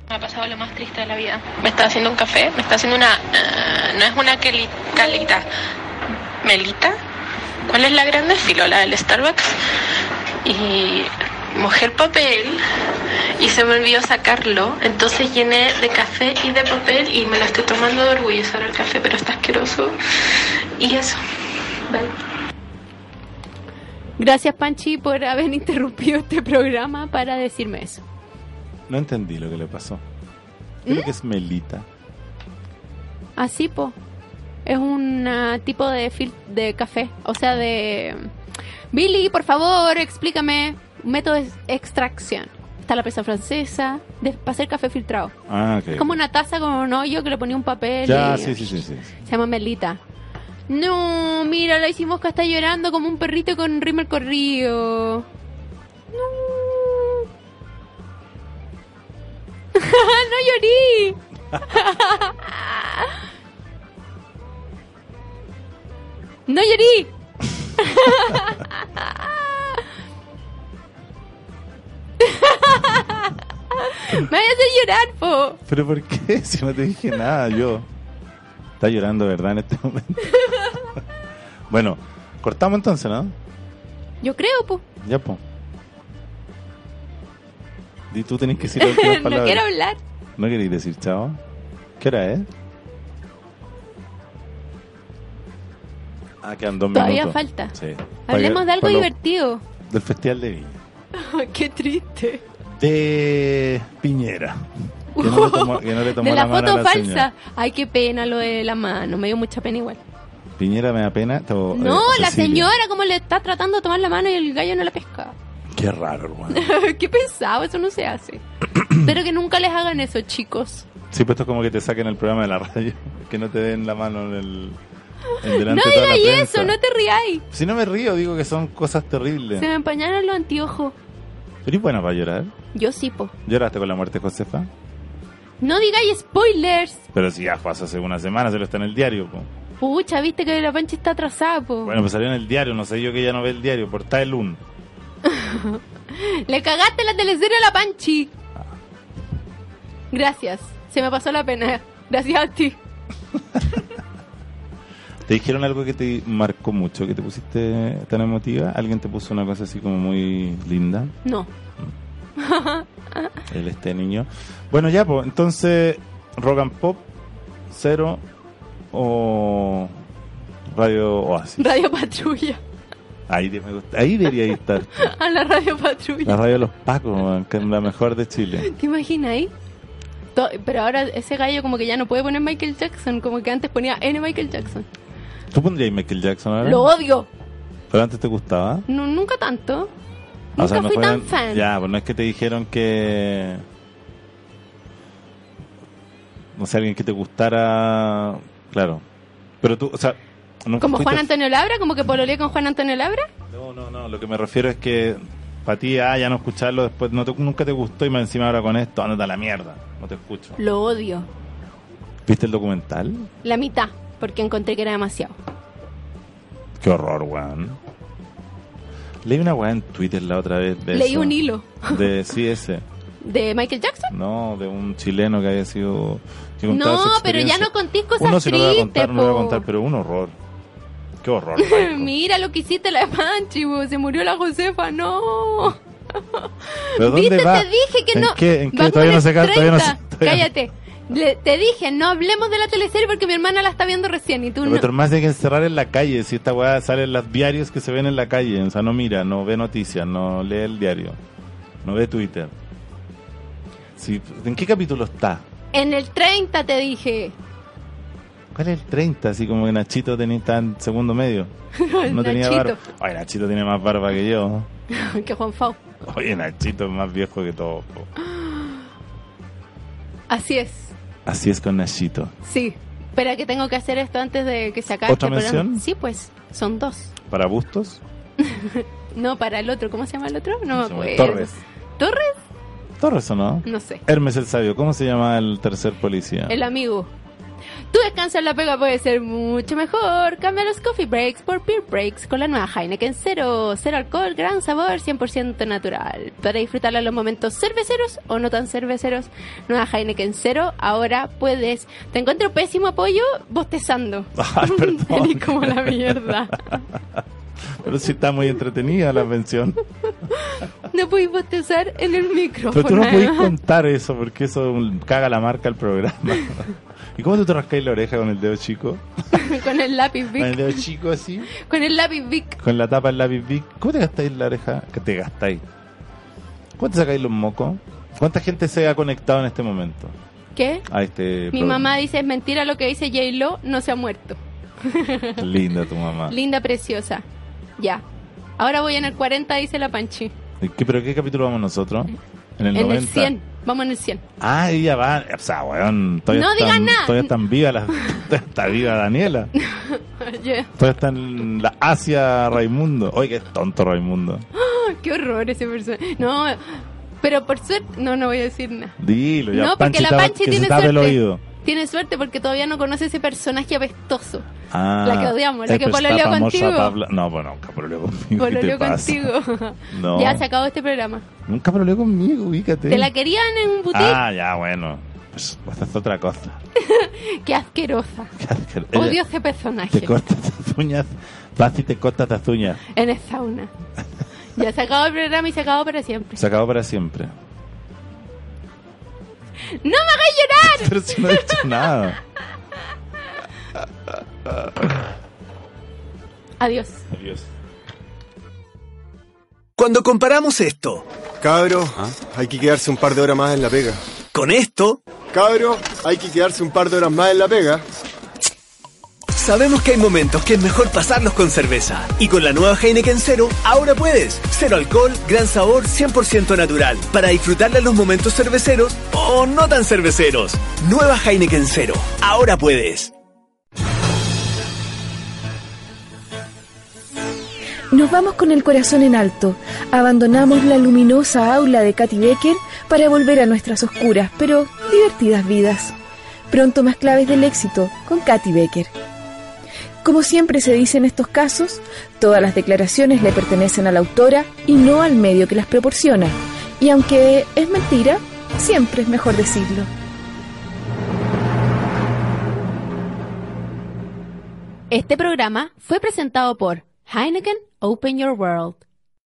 Speaker 4: Me ha pasado lo más triste de la vida. Me está haciendo un café, me está haciendo una... eh, no es una queli- calita. ¿Melita? ¿Cuál es la grande? Filo, la del Starbucks. Y mojé el papel y se me olvidó sacarlo. Entonces llené de café y de papel y me lo estoy tomando de orgullo sobre el café, pero está asqueroso. Y eso. Bye.
Speaker 1: Gracias, Panchi, por haber interrumpido este programa para decirme eso.
Speaker 3: No entendí lo que le pasó. Creo que es Melita.
Speaker 1: Así, po. Es un ah, tipo de fil de café. O sea, de. Billy, por favor, explícame. Método de extracción. Está la presa francesa. De, para hacer café filtrado.
Speaker 3: Ah, ok.
Speaker 1: Es como una taza, como un hoyo que le ponía un papel.
Speaker 3: Ya,
Speaker 1: y-
Speaker 3: sí, sí, sí, sí.
Speaker 1: Se llama Melita. No, mira, la hicimos que está llorando como un perrito con rímel corrido. No. no llorí. no llorí. Me voy a hacer llorar, po.
Speaker 3: ¿Pero por qué? Si no te dije nada, yo. Está llorando, ¿verdad? En este momento. bueno, cortamos entonces, ¿no?
Speaker 1: Yo creo, po.
Speaker 3: Ya, po. Y tú tenés que decir las últimas
Speaker 1: no
Speaker 3: palabras.
Speaker 1: quiero hablar.
Speaker 3: ¿No queréis decir chao? ¿Qué hora es? Ah, quedan dos
Speaker 1: Todavía
Speaker 3: minutos.
Speaker 1: falta.
Speaker 3: Sí.
Speaker 1: Hablemos de algo
Speaker 3: Pa' lo-
Speaker 1: divertido.
Speaker 3: Del Festival de Viña.
Speaker 1: Qué triste.
Speaker 3: De Piñera. Que no le tomó, que no le tomó
Speaker 1: de la,
Speaker 3: mano a
Speaker 1: foto falsa.
Speaker 3: señora.
Speaker 1: Ay, qué pena lo de la mano. Me dio mucha pena igual.
Speaker 3: Piñera me da pena. to-
Speaker 1: no,
Speaker 3: eh,
Speaker 1: la
Speaker 3: Cecilia.
Speaker 1: señora, como le está tratando de tomar la mano y el gallo no la pesca.
Speaker 3: Qué raro, hermano.
Speaker 1: qué pensado, eso no se hace. Espero que nunca les hagan eso, chicos.
Speaker 3: Sí, pues esto es como que te saquen el programa de la radio. Que no te den la mano en el. En
Speaker 1: No
Speaker 3: delante de toda la
Speaker 1: digáis
Speaker 3: prensa.
Speaker 1: eso, no te riáis.
Speaker 3: Si no me río, digo que son cosas terribles.
Speaker 1: Se me empañaron los anteojos.
Speaker 3: ¿Eres buena para llorar?
Speaker 1: Yo sí, po.
Speaker 3: ¿Lloraste con la muerte de Josefa?
Speaker 1: No digáis spoilers.
Speaker 3: Pero si ya pasó hace una semana, se lo está en el diario. po.
Speaker 1: Pucha, viste que la pancha está atrasada, po.
Speaker 3: Bueno, pues salió en el diario, no sé yo que ya no ve el diario, por el un.
Speaker 1: Le cagaste la teleserie a la Panchi. Gracias. Se me pasó la pena. Gracias a ti.
Speaker 3: ¿Te dijeron algo que te marcó mucho, que te pusiste tan emotiva? ¿Alguien te puso una cosa así como muy linda?
Speaker 1: No.
Speaker 3: el este niño. Bueno, ya, pues, entonces, Rock and Pop, Cero o Radio Oasis.
Speaker 1: Radio Patrulla.
Speaker 3: Ahí, te- me gusta- ahí debería estar.
Speaker 1: A la Radio
Speaker 3: La
Speaker 1: Patrulla.
Speaker 3: radio de los Pacos, man, que es la mejor de Chile.
Speaker 1: ¿Te imaginas ahí? To- Pero ahora ese gallo como que ya no puede poner Michael Jackson. Como que antes ponía N Michael Jackson.
Speaker 3: ¿Tú pondrías Michael Jackson ahora?
Speaker 1: Lo odio.
Speaker 3: ¿Pero antes te gustaba?
Speaker 1: No, nunca tanto. Nunca
Speaker 3: O sea, no
Speaker 1: fui tan
Speaker 3: fueron-
Speaker 1: fan.
Speaker 3: Ya, pues no es que te dijeron que. No sé, alguien que te gustara. Claro. Pero tú, o sea. nunca
Speaker 1: Como
Speaker 3: fuiste
Speaker 1: Juan Antonio Labra, como que pololeé con Juan Antonio Labra.
Speaker 3: No, no, no. Lo que me refiero es que Para ti, ah, ya no escucharlo después, no te- nunca te gustó y más encima ahora con esto, ándate a la mierda, no te escucho.
Speaker 1: Lo odio.
Speaker 3: ¿Viste el documental?
Speaker 1: La mitad, porque encontré que era demasiado.
Speaker 3: Qué horror, weón. Leí una weá en Twitter la otra vez de
Speaker 1: Leí
Speaker 3: eso.
Speaker 1: un hilo
Speaker 3: De, sí, ese.
Speaker 1: de Michael Jackson.
Speaker 3: No, de un chileno que había sido... que contaba
Speaker 1: No,
Speaker 3: su
Speaker 1: pero ya
Speaker 3: experiencia.
Speaker 1: no conté cosas
Speaker 3: Uno si no lo voy a
Speaker 1: tristes.
Speaker 3: contar, no lo voy a
Speaker 1: po.
Speaker 3: contar, pero un horror. Qué horror. Michael.
Speaker 1: Mira lo que hiciste la Panchi, po. se murió la Josefa, no.
Speaker 3: ¿Pero dónde
Speaker 1: Viste,
Speaker 3: va?
Speaker 1: te dije que
Speaker 3: ¿En
Speaker 1: no.
Speaker 3: Qué, ¿En
Speaker 1: Va
Speaker 3: qué?
Speaker 1: como
Speaker 3: Todavía no
Speaker 1: el
Speaker 3: se ca- todavía no se-
Speaker 1: 30.
Speaker 3: todavía no-
Speaker 1: Cállate. Le- te dije, no hablemos de la teleserie porque mi hermana la está viendo recién y tú
Speaker 3: Pero
Speaker 1: no.
Speaker 3: tu hermana se tiene que encerrar en la calle. Si esta weá sale en los diarios que se ven en la calle. O sea, no mira, no ve noticias, no lee el diario. No ve Twitter. Sí, ¿En qué capítulo está?
Speaker 1: En el 30 te dije.
Speaker 3: ¿Cuál es el 30? Así como que Nachito tenía tan segundo medio. No tenía barba.
Speaker 1: Nachito.
Speaker 3: Ay, Nachito tiene más barba que yo.
Speaker 1: que Juan Fau.
Speaker 3: Oye, Nachito es más viejo que todo. po.
Speaker 1: Así es.
Speaker 3: Así es con Nachito.
Speaker 1: Sí. Espera que tengo que hacer esto antes de que se acabe.
Speaker 3: ¿Otra
Speaker 1: este programa.
Speaker 3: mención?
Speaker 1: Sí, pues. Son dos.
Speaker 3: Para Bustos,
Speaker 1: No, para el otro. ¿Cómo se llama el otro? No me
Speaker 3: se llama
Speaker 1: acuerdo.
Speaker 3: Torres.
Speaker 1: ¿Torres?
Speaker 3: Torres o no?
Speaker 1: No sé.
Speaker 3: Hermes el Sabio, ¿cómo se llama el tercer policía?
Speaker 1: El amigo. Tu descanso en la pega puede ser mucho mejor. Cambia los coffee breaks por beer breaks con la nueva Heineken Cero. Cero alcohol, gran sabor, 100% natural. Para disfrutarla en los momentos cerveceros o no tan cerveceros, nueva Heineken Cero. Ahora puedes. Te encuentro pésimo apoyo bostezando.
Speaker 3: Ay, perdón.
Speaker 1: Feliz como la mierda.
Speaker 3: Pero sí está muy entretenida la mención.
Speaker 1: No puedes bostezar en el micrófono.
Speaker 3: Pero tú no podés
Speaker 1: además.
Speaker 3: contar eso porque eso caga la marca al programa. ¿Y cómo tú te rascáis la oreja con el dedo chico?
Speaker 1: con el lápiz
Speaker 3: Con el
Speaker 1: Vic.
Speaker 3: dedo chico así,
Speaker 1: Con el lápiz Vic.
Speaker 3: con la tapa del lápiz Vic. ¿Cómo te gastáis la oreja? ¿Qué te gastáis? ¿Cómo te sacáis los mocos? ¿Cuánta gente se ha conectado en este momento?
Speaker 1: ¿Qué?
Speaker 3: A este
Speaker 1: Mi mamá dice, es mentira lo que dice J-Lo, no se ha muerto.
Speaker 3: dice... Linda tu mamá.
Speaker 1: Linda, preciosa. Ya. Ahora voy en el 40, dice la Panchi.
Speaker 3: ¿Y qué- ¿Pero qué capítulo vamos nosotros? En el
Speaker 1: En
Speaker 3: 90.
Speaker 1: el 100. Vamos en el 100.
Speaker 3: Ah, ella va. O sea, weón. Todavía
Speaker 1: No
Speaker 3: están,
Speaker 1: digas nada.
Speaker 3: Todavía están viva la, todavía está viva Daniela.
Speaker 1: Ya.
Speaker 3: Todavía está en la Asia Raimundo. Oye, qué tonto Raimundo.
Speaker 1: Qué horror ese personaje. No, pero por suerte... No, no voy a decir nada.
Speaker 3: Dilo, ya
Speaker 1: no, porque
Speaker 3: Panchi
Speaker 1: la
Speaker 3: estaba-
Speaker 1: Panchi
Speaker 3: que se
Speaker 1: tiene
Speaker 3: tape
Speaker 1: suerte.
Speaker 3: el oído.
Speaker 1: Tiene suerte porque todavía no conoce ese personaje apestoso.
Speaker 3: Ah,
Speaker 1: La que odiamos, la
Speaker 3: eh,
Speaker 1: que
Speaker 3: pues,
Speaker 1: pololeó
Speaker 3: está famosa
Speaker 1: contigo.
Speaker 3: Pabla- No, pues nunca pololeó conmigo. ¿qué te
Speaker 1: Pololeo
Speaker 3: pasa?
Speaker 1: contigo.
Speaker 3: No.
Speaker 1: Ya se acabó este programa.
Speaker 3: Nunca pololeó conmigo, ubícate.
Speaker 1: Te la querían en un boutique.
Speaker 3: ah, ya, bueno. Pues, pues es otra cosa.
Speaker 1: Qué asquerosa.
Speaker 3: Ella
Speaker 1: Odio ese
Speaker 3: Te
Speaker 1: personaje.
Speaker 3: cortas las uñas. Vas y te cortas las uñas.
Speaker 1: En el sauna. Ya se acabó el programa y se acabó para siempre.
Speaker 3: Se acabó para siempre.
Speaker 1: ¡No me hagáis llorar!
Speaker 3: Pero si no he hecho nada.
Speaker 1: Adiós.
Speaker 2: Adiós.
Speaker 5: Cuando comparamos esto
Speaker 6: Cabro, hay que quedarse un par de horas más en la pega.
Speaker 5: con esto,
Speaker 6: Cabro, hay que quedarse un par de horas más en la pega.
Speaker 5: sabemos que hay momentos que es mejor pasarlos con cerveza. Y con la nueva Heineken Cero, ahora puedes. Cero alcohol, gran sabor, 100% natural. Para disfrutarla en los momentos cerveceros o no tan cerveceros. Nueva Heineken Cero, ahora puedes.
Speaker 7: Nos vamos con el corazón en alto. Abandonamos la luminosa aula de Katy Becker para volver a nuestras oscuras, pero divertidas vidas. Pronto más claves del éxito con Katy Becker. Como siempre se dice en estos casos, todas las declaraciones le pertenecen a la autora y no al medio que las proporciona. Y aunque es mentira, siempre es mejor decirlo.
Speaker 1: Este programa fue presentado por Heineken Open Your World,